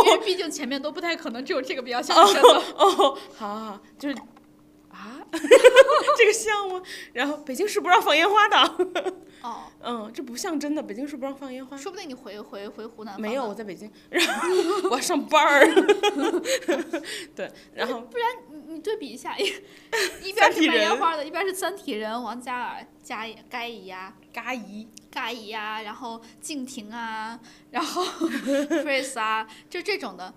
S3: 因为毕竟前面都不太可能，只有这个比较像是真的。
S2: 哦，好好好，就是啊， 这个像吗？然后北京市不让放烟花的，
S3: 哦，
S2: 嗯，这不像真的，北京市不让放烟花。
S3: 说不定你回回回湖南
S2: 没
S3: 放
S2: 有，
S3: 的
S2: 我在北京，然 后我要上班儿。 对，然后
S3: 你对比一 下， 一一
S2: 三
S3: 边是
S2: 体
S3: 卖
S2: 人
S3: 烟花的，一边是三体人王嘉尔、加该乙呀、
S2: 嘎姨，
S3: 嘎乙呀、啊然后敬亭啊， 然后 Chris 啊，就这种的，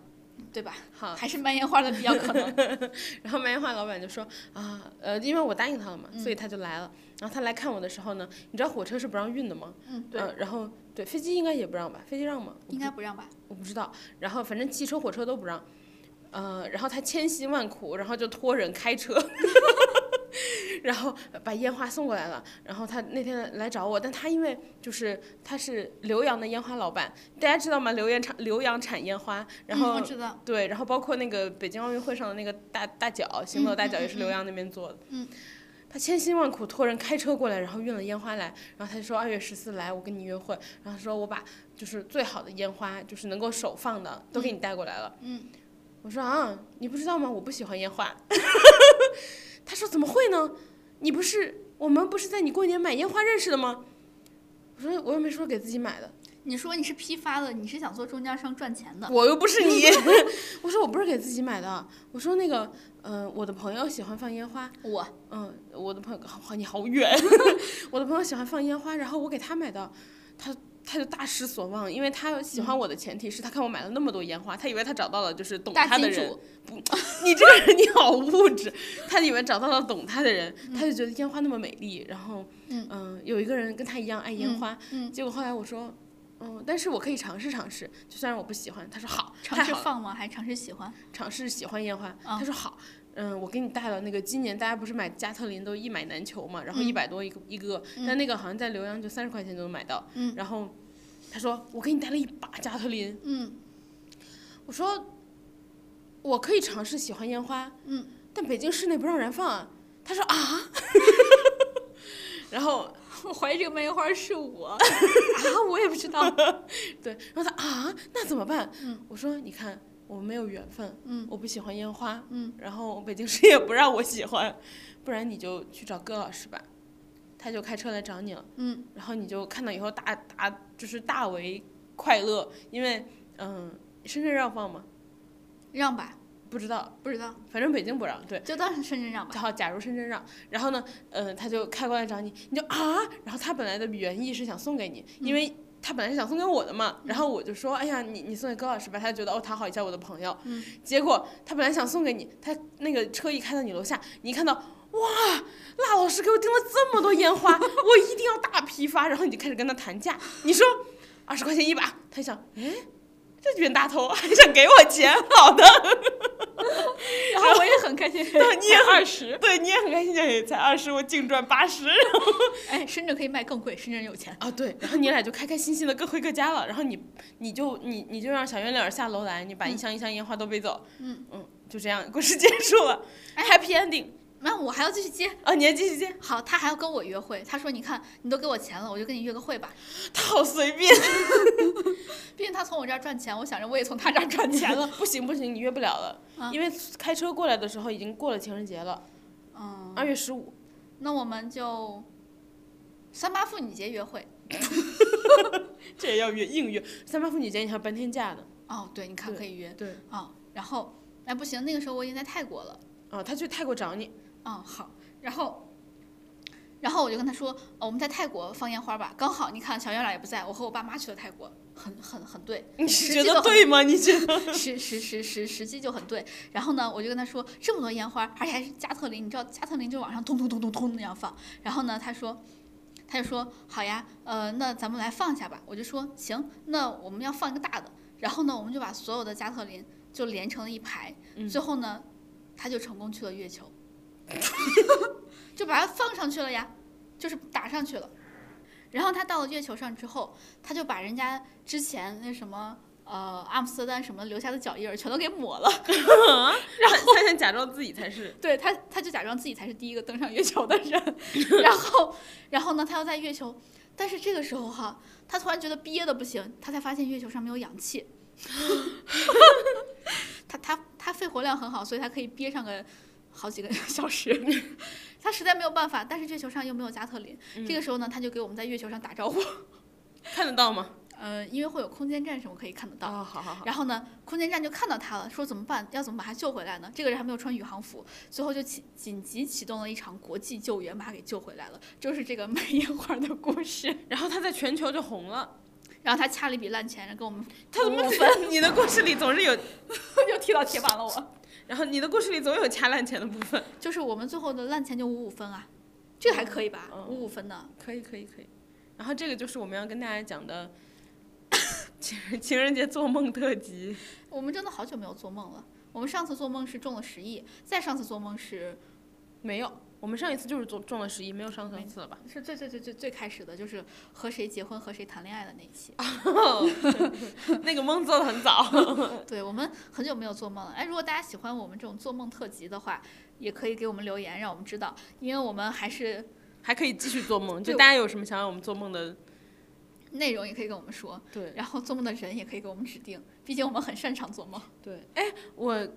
S3: 对吧？
S2: 好，
S3: 还是卖烟花的比较可 能。
S2: 然后卖烟花老板就说啊，呃，因为我答应他了嘛，所以
S3: 嗯
S2: 他就来了。然后他来看我的时候呢，你知道火车是不让运的吗？
S3: 嗯，
S2: 呃，然后对飞机应该也不让吧？飞机让吗？我不
S3: 应该不让吧？
S2: 我不知道。然后反正汽车、火车都不让。呃，然后他千辛万苦，然后就托人开车， 然后把烟花送过来了。然后他那天来找我，但他因为就是他是浏阳的烟花老板，大家知道吗？浏阳产浏阳产烟花，然
S3: 嗯、
S2: 后、
S3: 我知道，
S2: 对，然后包括那个北京奥运会上的那个大大脚，行走大脚也是浏阳那边做的。
S3: 嗯
S2: 他千辛万苦托人开车过来，然后运了烟花来，然后他就说二月十四来，我跟你约会。然后他说我把就是最好的烟花，就是能够手放的都给你带过来了。
S3: 嗯，
S2: 我说啊，你不知道吗？我不喜欢烟花。 他说怎么会呢？你不是我们不是在你过年买烟花认识的吗？我说我又没说给自己买的，
S3: 你说你是批发的，呃你是想做中间商赚钱的，
S2: 我又不是你。 我说我不是给自己买的，我说那个，嗯、我的朋友喜欢放烟花，
S3: 我
S2: 嗯，我的朋友，好你好 远，我的朋友喜欢放烟花，然后我给他买的，他他就大失所望，因为他喜欢我的前提是他看我买了那么多烟花，他以为他找到了就是懂
S3: 大
S2: 他的
S3: 金
S2: 人
S3: 主，，
S2: 你这个人你好物质，他以为找到了懂他的人，他就觉得烟花那么美丽，然后
S3: 嗯
S2: 嗯、有一个人跟他一样爱烟花，
S3: 嗯，
S2: 结果后来我说。嗯，但是我可以尝试尝试，就算然我不喜欢，他说好，
S3: 尝
S2: 太
S3: 试
S2: 好了
S3: 放吗？还是尝试喜欢？
S2: 尝试喜欢烟花。
S3: 啊
S2: 他说好，嗯，我给你带了那个，今年大家不是买加特林都一买难求嘛，然
S3: 嗯
S2: 后一百多一个、一个，但那个好像在浏阳就三十块钱就能买到。
S3: 嗯
S2: 然后他说我给你带了一把加特林，
S3: 嗯
S2: 我说我可以尝试喜欢烟花，
S3: 嗯，
S2: 但北京市内不让燃放啊。他说啊， 然后
S3: 我怀疑这个卖烟花是 我，
S2: 啊，我也不知道。对，然后他啊，那怎么办？我说你看，我没有缘分，
S3: 嗯
S2: 我不喜欢烟花，
S3: 嗯，
S2: 然后北京市也不让我喜欢，不然你就去找葛老师吧，他就开车来找你了，
S3: 嗯，
S2: 然后你就看到以后大大就是大为快乐，因为嗯，深圳让放吗？
S3: 让吧，
S2: 不知道，
S3: 不知道，
S2: 反正北京不让，对。
S3: 就当是深圳让吧。
S2: 好，假如深圳让，然后呢，嗯、他就开过来找你，你就啊，然后他本来的原意是想送给你，因为他本来是想送给我的嘛，然后我就说，哎呀，你你送给高老师吧，他觉得哦，讨好一下我的朋友，
S3: 嗯
S2: 结果他本来想送给你，他那个车一开到你楼下，你一看到。哇，辣老师给我订了这么多烟花， 我一定要大批发。然后你就开始跟他谈价，你说二十块钱一把，他想，哎，这冤大头还想给我钱， 好的，
S3: 然后我也很开心，
S2: 你也二十，对，你也很开心，哎，才二十，我净赚八十。
S3: 哎，深圳可以卖更贵，深圳有钱。
S2: 啊，对，然后你俩就开开心心的各回各家了，然后你你就你你就让小圆脸儿下楼来，你把一箱一箱烟花都背走，
S3: 嗯
S2: 就这样，故事结束了、
S3: 哎
S2: h a p p y ending
S3: 那我还要继续接。
S2: 啊，你还继续接，
S3: 好，他还要跟我约会，他说：“你看，你都给我钱了，我就跟你约个会吧。
S2: 他好随便，
S3: 毕竟他从我这儿赚钱，我想着我也从他这儿赚 钱了。
S2: 不行不行，你约不了了，
S3: 啊
S2: 因为开车过来的时候已经过了情人节了，”
S3: 嗯，
S2: 二月十五，
S3: 那我们就三八妇女节约会。
S2: 这也要约硬约，三八妇女节你还有半天假呢，
S3: 哦，对，你看可以约。
S2: 对，
S3: 哦，然后哎不行，那个时候我已经在泰国了。
S2: 啊，他去泰国找你，
S3: 哦，好，然后，然后我就跟他说，哦，我们在泰国放烟花吧，刚好你看小月亮也不在，我和我爸妈去了泰国，很很很对，
S2: 你
S3: 实
S2: 是
S3: 际
S2: 觉
S3: 都
S2: 得
S3: 很
S2: 对吗？你觉得？
S3: 实实实实实际就很对。然后呢，我就跟他说这么多烟花，而且还是加特林，你知道加特林就往上咚咚咚咚咚那样放。然后呢，他说，他就说好呀，呃，那咱们来放一下吧。我就说行，那我们要放一个大的。然后呢，我们就把所有的加特林就连成了一排。
S2: 嗯
S3: 最后呢，他就成功去了月球，就把它放上去了呀，就是打上去了。然后他到了月球上之后，他就把人家之前那什么呃阿姆斯特丹什么留下的脚印儿全都给抹了。
S2: 然后他想假装自己才是
S3: 对他，他就假装自己才是第一个登上月球的人。 然后，然后呢，他要在月球，但是这个时候哈，他突然觉得憋的不行，他才发现月球上没有氧气。 他他他肺活量很好，所以他可以憋上个好几个 小时。他实在没有办法，但是月球上又没有加特林。这个时候呢，他就给我们在月球上打招呼。
S2: 看得到吗？
S3: 呃，因为会有空间站什么可以看得到。
S2: 哦，好好好，
S3: 然后呢，空间站就看到他了，说怎么办？要怎么把他救回来呢？这个人还没有穿宇航服，最后就启紧急启动了一场国际救援，把他给救回来了。就是这个卖烟花的故事。
S2: 然后他在全球就红了。
S3: 然后他掐了一笔烂钱，然后给我们
S2: 他怎么
S3: 五
S2: 你的故事里总是有，
S3: 又踢到铁板了我。
S2: 然后你的故事里总有掐烂钱的部分。
S3: 就是我们最后的烂钱就五五分啊，这个还可以吧？
S2: 嗯
S3: 五五分呢？
S2: 可以可以可以。然后这个就是我们要跟大家讲的 情人情人节做梦特辑。
S3: 我们真的好久没有做梦了。我们上次做梦是中了十亿，再上次做梦是
S2: 没有，我们上一次就是中中了十一，没有上上次了吧？
S3: 是最最最最最开始的，就是和谁结婚和谁谈恋爱的那一期。
S2: 那个梦做的很早。
S3: 对我们很久没有做梦了。哎，如果大家喜欢我们这种做梦特辑的话，也可以给我们留言，让我们知道，因为我们还是
S2: 还可以继续做梦，就
S3: 对
S2: 大家有什么想让我们做梦的？
S3: 内容也可以跟我们说，
S2: 对
S3: 然后做梦的人也可以给我们指定，毕竟我们很擅长做梦。
S2: 对，哎，我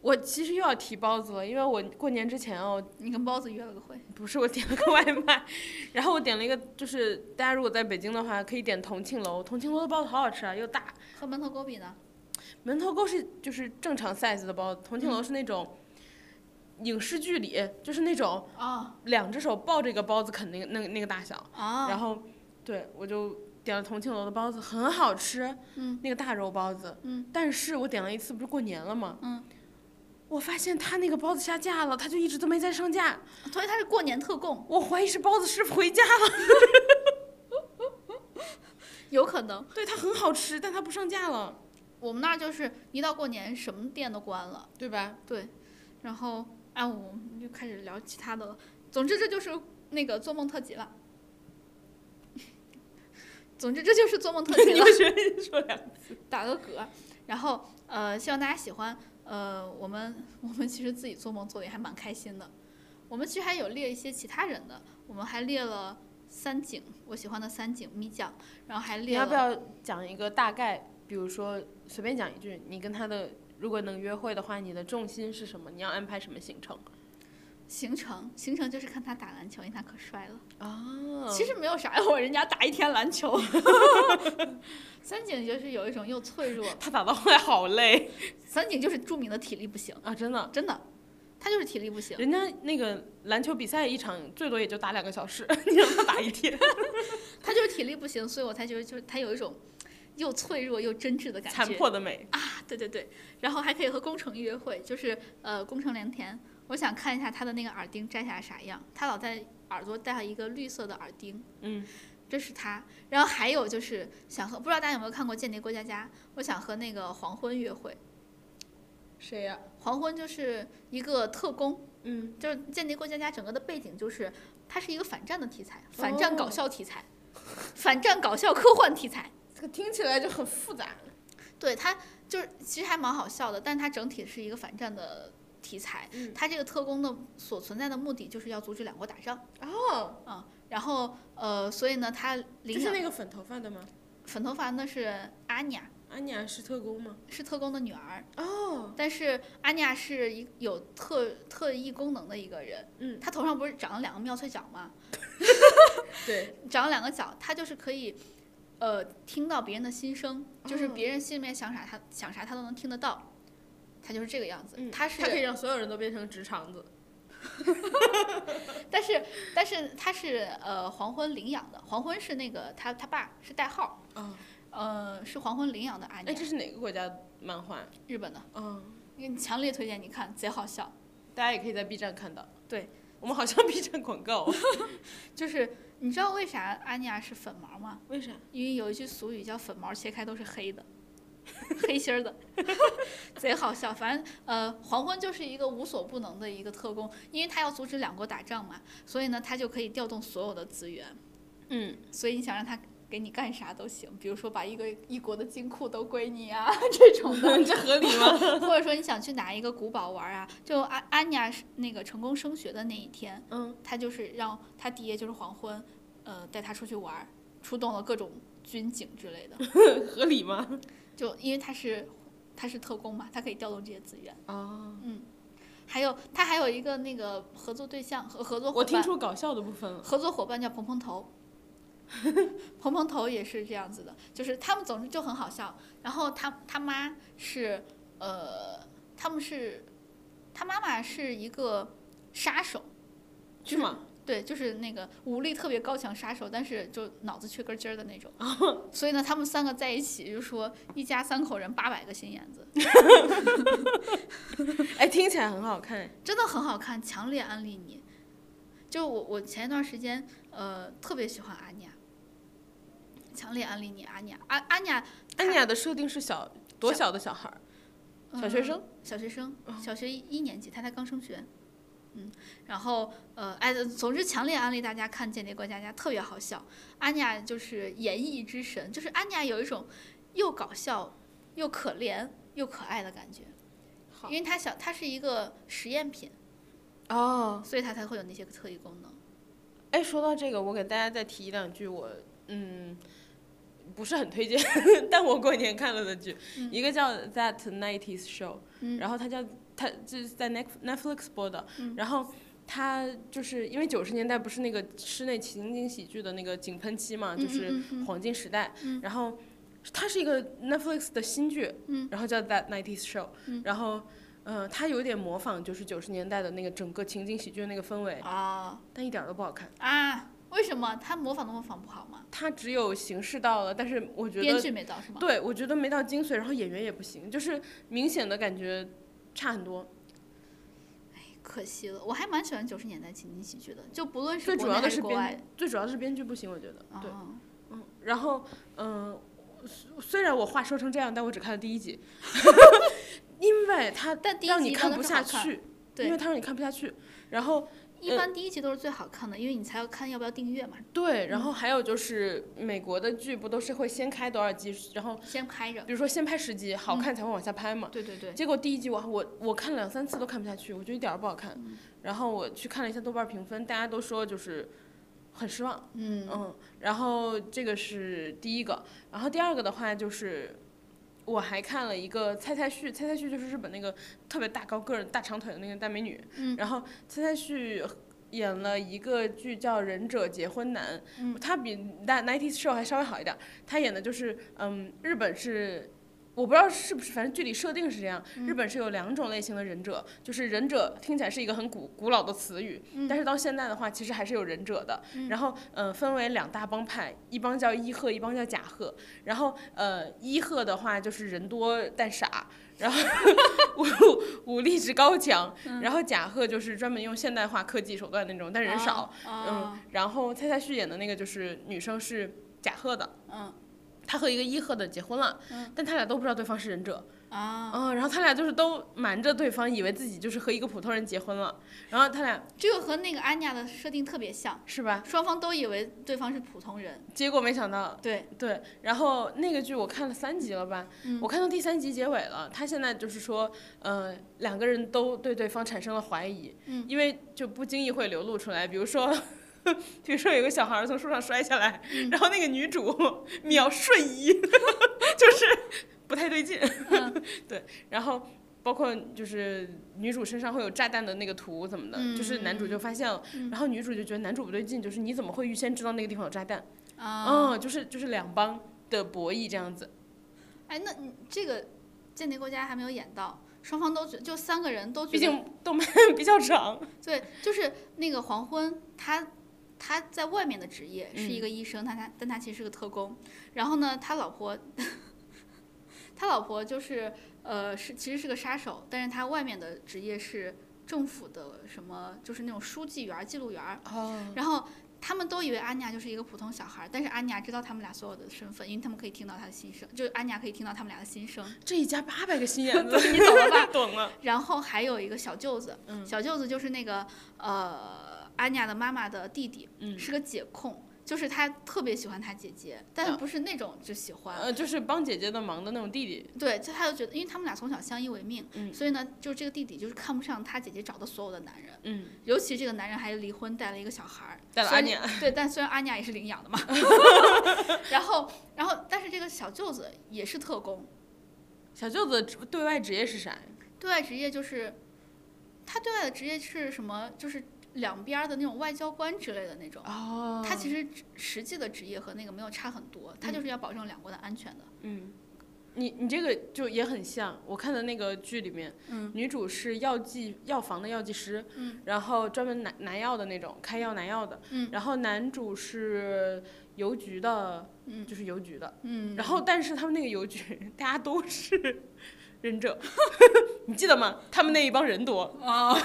S2: 我其实又要提包子了，因为我过年之前哦，
S3: 你跟包子约了个会，
S2: 不是我点了个外卖，然后我点了一个，就是大家如果在北京的话，可以点同庆楼，同庆楼的包子好好吃啊，又大，
S3: 和门头沟比呢？
S2: 门头沟是就是正常 size 的包子，同庆
S3: 嗯
S2: 楼是那种影视剧里就是那种
S3: 啊
S2: 两只手抱着一个包子啃那个那个那个大小，
S3: 啊，
S2: 然后对我就点了同庆楼的包子，很好吃，
S3: 嗯
S2: 那个大肉包子，
S3: 嗯，
S2: 但是我点了一次，不是过年了吗？
S3: 嗯，
S2: 我发现他那个包子下架了，他就一直都没再上架，
S3: 所以它是过年特供，
S2: 我怀疑是包子师傅回家了。
S3: 有可能
S2: 对，它很好吃，但它不上架了，
S3: 我们那儿就是一到过年什么店都关了，
S2: 对 吧？
S3: 对，然后哎，我们就开始聊其他的了。总之，这就是那个做梦特辑了。 总之，这就是做梦特辑
S2: 你
S3: 了
S2: 为，什么说两个？
S3: 打个嗝。然后，呃，希望大家喜欢。呃，我们 我们其实自己做梦做的也还蛮开心的。我们其实还有列一些其他人的，我们还列了三井，我喜欢的三井咪酱，然后还
S2: 你
S3: 列
S2: 要不
S3: 了
S2: 要讲一个大概？比如说随便讲一句，你跟他的如果能约会的话，你的重心是什么？你要安排什么行程？
S3: 行程，行程就是看他打篮球，因为他可帅了。
S2: 啊
S3: 其实没有啥，我人家打一天篮球。三井就是有一种又脆弱，
S2: 他打到后来好累
S3: 三井就是著名的体力不行，
S2: 啊，真的。
S3: 真的，他就是体力不行。
S2: 人家那个篮球比赛一场最多也就打两个小时， 你让他打一天，
S3: 他就是体力不行，所以我才觉得就是他有一种又脆弱又真挚的感
S2: 残
S3: 觉。
S2: 破的美。
S3: 对对对，然后还可以和宫城约会，就是呃宫城良田，我想看一下他的那个耳钉摘下来啥样。他老在耳朵戴了一个绿色的耳钉，
S2: 嗯，
S3: 这是他。然后还有就是想和不知道大家有没有看过《间谍过家家》，我想和那个黄昏约会。
S2: 谁呀、
S3: 黄昏就是一个特工，
S2: 嗯，
S3: 就是《间谍过家家》整个的背景就是它是一个反战的题材，反战搞笑题材，反战搞笑科幻题材。
S2: 这个听起来就很复杂。
S3: 对它就是其实还蛮好笑的，但它整体是一个反战的题材。
S2: 嗯
S3: 它这个特工的所存在的目的就是要阻止两国打仗，
S2: 哦，
S3: 嗯，然后呃，所以呢，他
S2: 就
S3: 领
S2: 是
S3: 养
S2: 那个粉头发的吗？
S3: 粉头发那是阿尼亚，
S2: 安妮亚是特工吗？
S3: 是特工的女儿，
S2: 哦，
S3: 但是阿尼亚是一有特特异功能的一个人，
S2: 嗯，
S3: 她头上不是长了两个妙脆角吗？
S2: 对，
S3: 长了两个角，他就是可以，呃，听到别人的心声，就是
S2: 哦
S3: 别人心里面想啥，他想啥他都能听得到，他就是这个样子。
S2: 嗯
S3: 他是
S2: 他可以让所有人都变成直肠子。
S3: 但是但是他是呃黄昏领养的，黄昏是那个他他爸是代号，
S2: 哦，
S3: 呃是黄昏领养的阿
S2: 哎，
S3: 年，
S2: 这是哪个国家的漫画？
S3: 日本的，
S2: 嗯，
S3: 你强烈推荐你看，贼好笑。
S2: 大家也可以在 B 站看到。
S3: 对，
S2: 我们好像 B 站广告。
S3: 就是你知道为啥阿尼亚是粉毛吗？
S2: 为啥？
S3: 因为有一句俗语叫“粉毛切开都是黑的”，黑心儿的， 贼好笑。反正呃，黄昏就是一个无所不能的一个特工，因为他要阻止两国打仗嘛，所以呢，他就可以调动所有的资源。
S2: 嗯，
S3: 所以你想让他给你干啥都行，比如说把一个一国的金库都归你啊 这种 的，
S2: 这合理吗？
S3: 或者说你想去拿一个古堡玩啊，就安安妮亚是那个成功升学的那一天，
S2: 嗯，
S3: 他就是让他爹就是黄昏，呃，带他出去玩儿，出动了各种军警之 类的，
S2: 合理吗？
S3: 就因为他是他是特工嘛，他可以调动这些资源。
S2: 哦，
S3: 还有他还有一个那个合作对象和合作伙
S2: 我听
S3: 伴，
S2: 出搞笑的部分了。
S3: 合作伙伴叫蓬蓬头。 蓬蓬头也是这样子的，就是他们总之就很好笑。然后他他妈是呃，他们是他妈妈是一个杀手，
S2: 是吗？
S3: 对，就是那个武力特别高强杀手，但是就脑子缺根筋儿的那种。所以呢，他们三个在一起就说一家三口人八百个心眼子，
S2: 哎，听起来很好看。
S3: 真的很好看，强烈安利你。就我我前一段时间呃特别喜欢阿尼亚，强烈安利你阿尼亚阿阿尼亚
S2: 安妮亚的设定是小多小的小孩儿？小学生哦
S3: 嗯小学生，小学一一年级，他才刚升学。嗯，然后呃，哎，总之强烈安利大家看《间谍过家家》，特别好笑。安妮亚就是演绎之神，就是安妮亚有一种又搞笑又可怜又可爱的感觉，
S2: 好
S3: 因为她小，她是一个实验品，
S2: 哦，
S3: 所以她才会有那些特异功能。
S2: 哎，说到这个，我给大家再提一两句，我嗯。不是很推荐， 但我过年看了的剧，
S3: 嗯
S2: 一个叫《That 90s Show》，
S3: 嗯嗯
S2: 然后它叫它就是在 Net- Netflix 播的，然后它就是因为九十年代不是那个室内情景喜剧的那个井喷期嘛，就
S3: 嗯
S2: 是
S3: 嗯嗯嗯
S2: 黄金时代，
S3: 嗯
S2: 然后它是一个 Netflix 的新剧，
S3: 嗯
S2: 然后叫 That 90s Show，、
S3: 嗯
S2: 然后呃，它有点模仿就是九十年代的那个整个情景喜剧的那个氛围，
S3: 啊
S2: 但一点儿都不好看。
S3: 啊！为什么她模仿都模仿不好吗？
S2: 它只有形式到了，但是我觉
S3: 编
S2: 得
S3: 剧没到是吗？
S2: 对我觉得没到精髓，然后演员也不行，就是明显的感觉差很多。
S3: 可惜了，我还蛮喜欢九十年代情景喜剧的，就不论是
S2: 最
S3: 国
S2: 主
S3: 内
S2: 要的
S3: 还
S2: 是
S3: 是国
S2: 编
S3: 外
S2: 剧，，最主要的是编剧不行，我觉得。对，
S3: 啊
S2: 嗯，然后嗯、虽虽然我话说成这样，但我只看了第一 集，因为它
S3: 但第一
S2: 让
S3: 集
S2: 你
S3: 真
S2: 看
S3: 的
S2: 不
S3: 是
S2: 下
S3: 好看
S2: 去，嗯
S3: 对
S2: 因为它让你看不下去。然后
S3: 一般第一集都是最好看的，因为你才要看要不要订阅嘛，
S2: 对，然
S3: 嗯
S2: 后还有就是美国的剧不都是会先开多少集，然后
S3: 先拍着。
S2: 比如说先拍十集，
S3: 嗯
S2: 好看才会往下拍嘛。
S3: 对对对，
S2: 结果第一集我我我看两三次都看不下去，我觉得一点儿都不好看。
S3: 嗯
S2: 然后我去看了一下豆瓣评分，大家都说就是很失望。
S3: 嗯
S2: 嗯，然后这个是第一个，然后第二个的话就是，我还看了一个蔡蔡旭，蔡蔡旭就是日本那个特别大高个儿、大长腿的那个大美女，
S3: 嗯
S2: 然后蔡蔡旭演了一个剧叫《忍者结婚男》，
S3: 嗯
S2: 他比大 Nineties Show 还稍微好一点儿，他演的就是嗯，日本是。我不知道是不是，反正剧里设定是这样。日本是有两种类型的忍者，就是忍者听起来是一个很古古老的词语，但是到现在的话，其实还是有忍者的。然后，呃，分为两大帮派，一帮叫伊贺，一帮叫甲贺。然后，呃，伊贺的话就是人多但傻，然后武武力值高强。然后甲贺就是专门用现代化科技手段那种，但人少。嗯
S3: 啊，，
S2: 然后蔡蔡旭演的那个就是女生是甲贺的，
S3: 嗯
S2: 她和一个伊贺的结婚了，
S3: 嗯
S2: 但他俩都不知道对方是忍者。
S3: 啊，
S2: 嗯，然后他俩就是都瞒着对方，以为自己就是和一个普通人结婚了。然后他俩
S3: 这个和那个安妮亚的设定特别像，
S2: 是吧？
S3: 双方都以为对方是普通人。
S2: 结果没想到
S3: 对，
S2: 对，然后那个剧我看了三集了吧，
S3: 嗯
S2: 我看到第三集结尾了。他现在就是说，呃，两个人都对对方产生了怀疑，
S3: 嗯
S2: 因为就不经意会流露出来，比如说。 比如说有个小孩儿从树上摔下来，
S3: 嗯
S2: 然后那个女主 秒瞬移， 就是不太对劲。
S3: 嗯
S2: 对，然后包括就是女主身上会有炸弹的那个图怎么的，
S3: 嗯
S2: 就是男主就发现了，然后女主就觉得男主不对劲，就是你怎么会预先知道那个地方有炸弹？
S3: 啊，
S2: 嗯，就是就是两帮的博弈这样子。
S3: 哎，那你这个《间谍过家》还没有演到，双方都觉就三个人都觉
S2: 毕
S3: 得
S2: 竟动漫 比较长。
S3: 对，就是那个黄昏，他他在外面的职
S2: 嗯
S3: 业是一个医生，他他但他其实是个特工。然后呢，他老婆， 他老婆就是呃是其实是个杀手，但是他外面的职业是政府的什么，就是那种书记员儿、记录员儿。
S2: 哦，
S3: 然后他们都以为安妮亚就是一个普通小孩儿，但是安妮亚知道他们俩所有的身份，因为他们可以听到他的心声，就是安妮亚可以听到他们俩的心声。
S2: 这一家八百个 心眼子，
S3: 你懂了吧？
S2: 懂了。
S3: 然后还有一个小舅子，
S2: 嗯
S3: 小舅子就是那个呃安妮亚的妈妈的弟弟，
S2: 嗯
S3: 是个姐控，就是他特别喜欢他姐姐，但
S2: 嗯
S3: 不是那种就喜欢，
S2: 呃，就是帮姐姐的忙的那种弟弟。
S3: 对，就他就觉得，因为他们俩从小相依为命，
S2: 嗯
S3: 所以呢，就是这个弟弟就是看不上他姐姐找的所有的男人，
S2: 嗯，
S3: 尤其这个男人还离婚带了一个小 孩儿，
S2: 带了
S3: 虽然
S2: 安妮亚
S3: 对，但虽然安妮亚也是领 养的嘛， 然后然后但是这个小舅子也是特工，
S2: 小舅子对外职业是啥呀？
S3: 对外职业就是，他对外的职业是什么？就是两边儿的那种外交官之类的那种。
S2: 哦
S3: 他其实只实际的职业和那个没有差很多，他就是要保证两国的安全的。
S2: 嗯，你你这个就也很像我看的那个剧里面，
S3: 嗯，
S2: 女主是药剂药房的药剂师，
S3: 嗯，
S2: 然后专门拿拿药的那种，开药拿药的，
S3: 嗯，
S2: 然后男主是邮局的，
S3: 嗯
S2: 就是邮局的，
S3: 嗯
S2: 然后但是他们那个邮局大家都是 忍者，你记得吗？他们那一帮人多，
S3: 啊，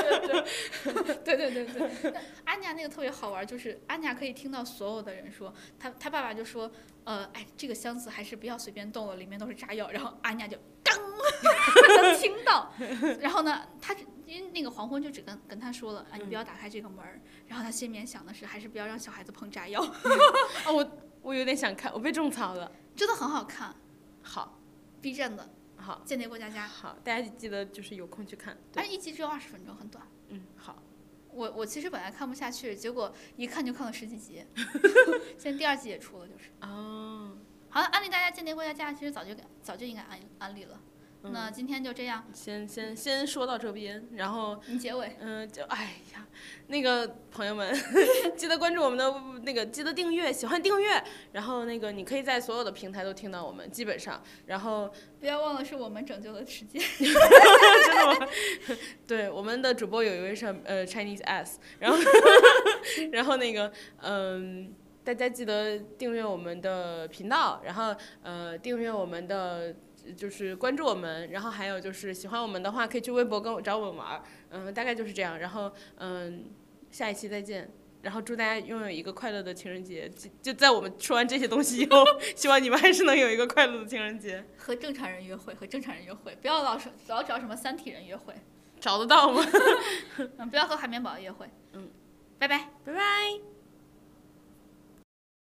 S3: 对对对对对对对对对对。那安妮亚那个特别好玩儿，就是安妮亚可以听到所有的人说，他他爸爸就说，呃，哎，这个箱子还是不要随便动了，里面都是炸药。然后安妮亚就刚 能听到，然后呢，他只因为那个黄昏就只跟跟他说了，啊，你不要打开这个门儿。然后他心里面想的是，还是不要让小孩子碰炸药，
S2: 哦，我我有点想看，我被种草了，
S3: 真的很好看
S2: 好，
S3: ，B 站的
S2: 好，
S3: 《间谍过家家》，
S2: 好，大家记得就是有空去看，
S3: 但
S2: 对，
S3: 是一集只有二十分钟，很短。
S2: 嗯，好，
S3: 我我其实本来看不下去，结果一看就看了十 几集，现在第二季也出了，就是。
S2: 哦，
S3: 好了，安利大家《间谍过家家》，其实早就给早就应该安安利了。
S2: 嗯
S3: 那今天就这样，
S2: 先先先说到这边，然后。
S3: 你结尾。
S2: 嗯，就哎呀，那个朋友们，记得关注我们的那个，记得订阅，喜欢订阅。然后那个，你可以在所有的平台都听到我们，基本上。然后，
S3: 不要忘了是我们拯救了世界。
S2: 真的吗？对，我们的主播有一位是呃 Chinese S，然后，然后那个，嗯、大家记得订阅我们的频道，然后呃，订阅我们的。就是关注我们，然后还有就是喜欢我们的话，可以去微博跟我找我们玩儿，嗯、大概就是这样。然后嗯、下一期再见。然后祝大家拥有一个快乐的情人节。就就在我们说完这些东西以后， 希望你们还是能有一个快乐的情人节。
S3: 和正常人约会，和正常人约会，不要老是老找什么三体人约会，
S2: 找得到吗？
S3: 嗯，不要和海绵宝宝约会。
S2: 嗯，
S3: 拜拜。
S2: 拜拜。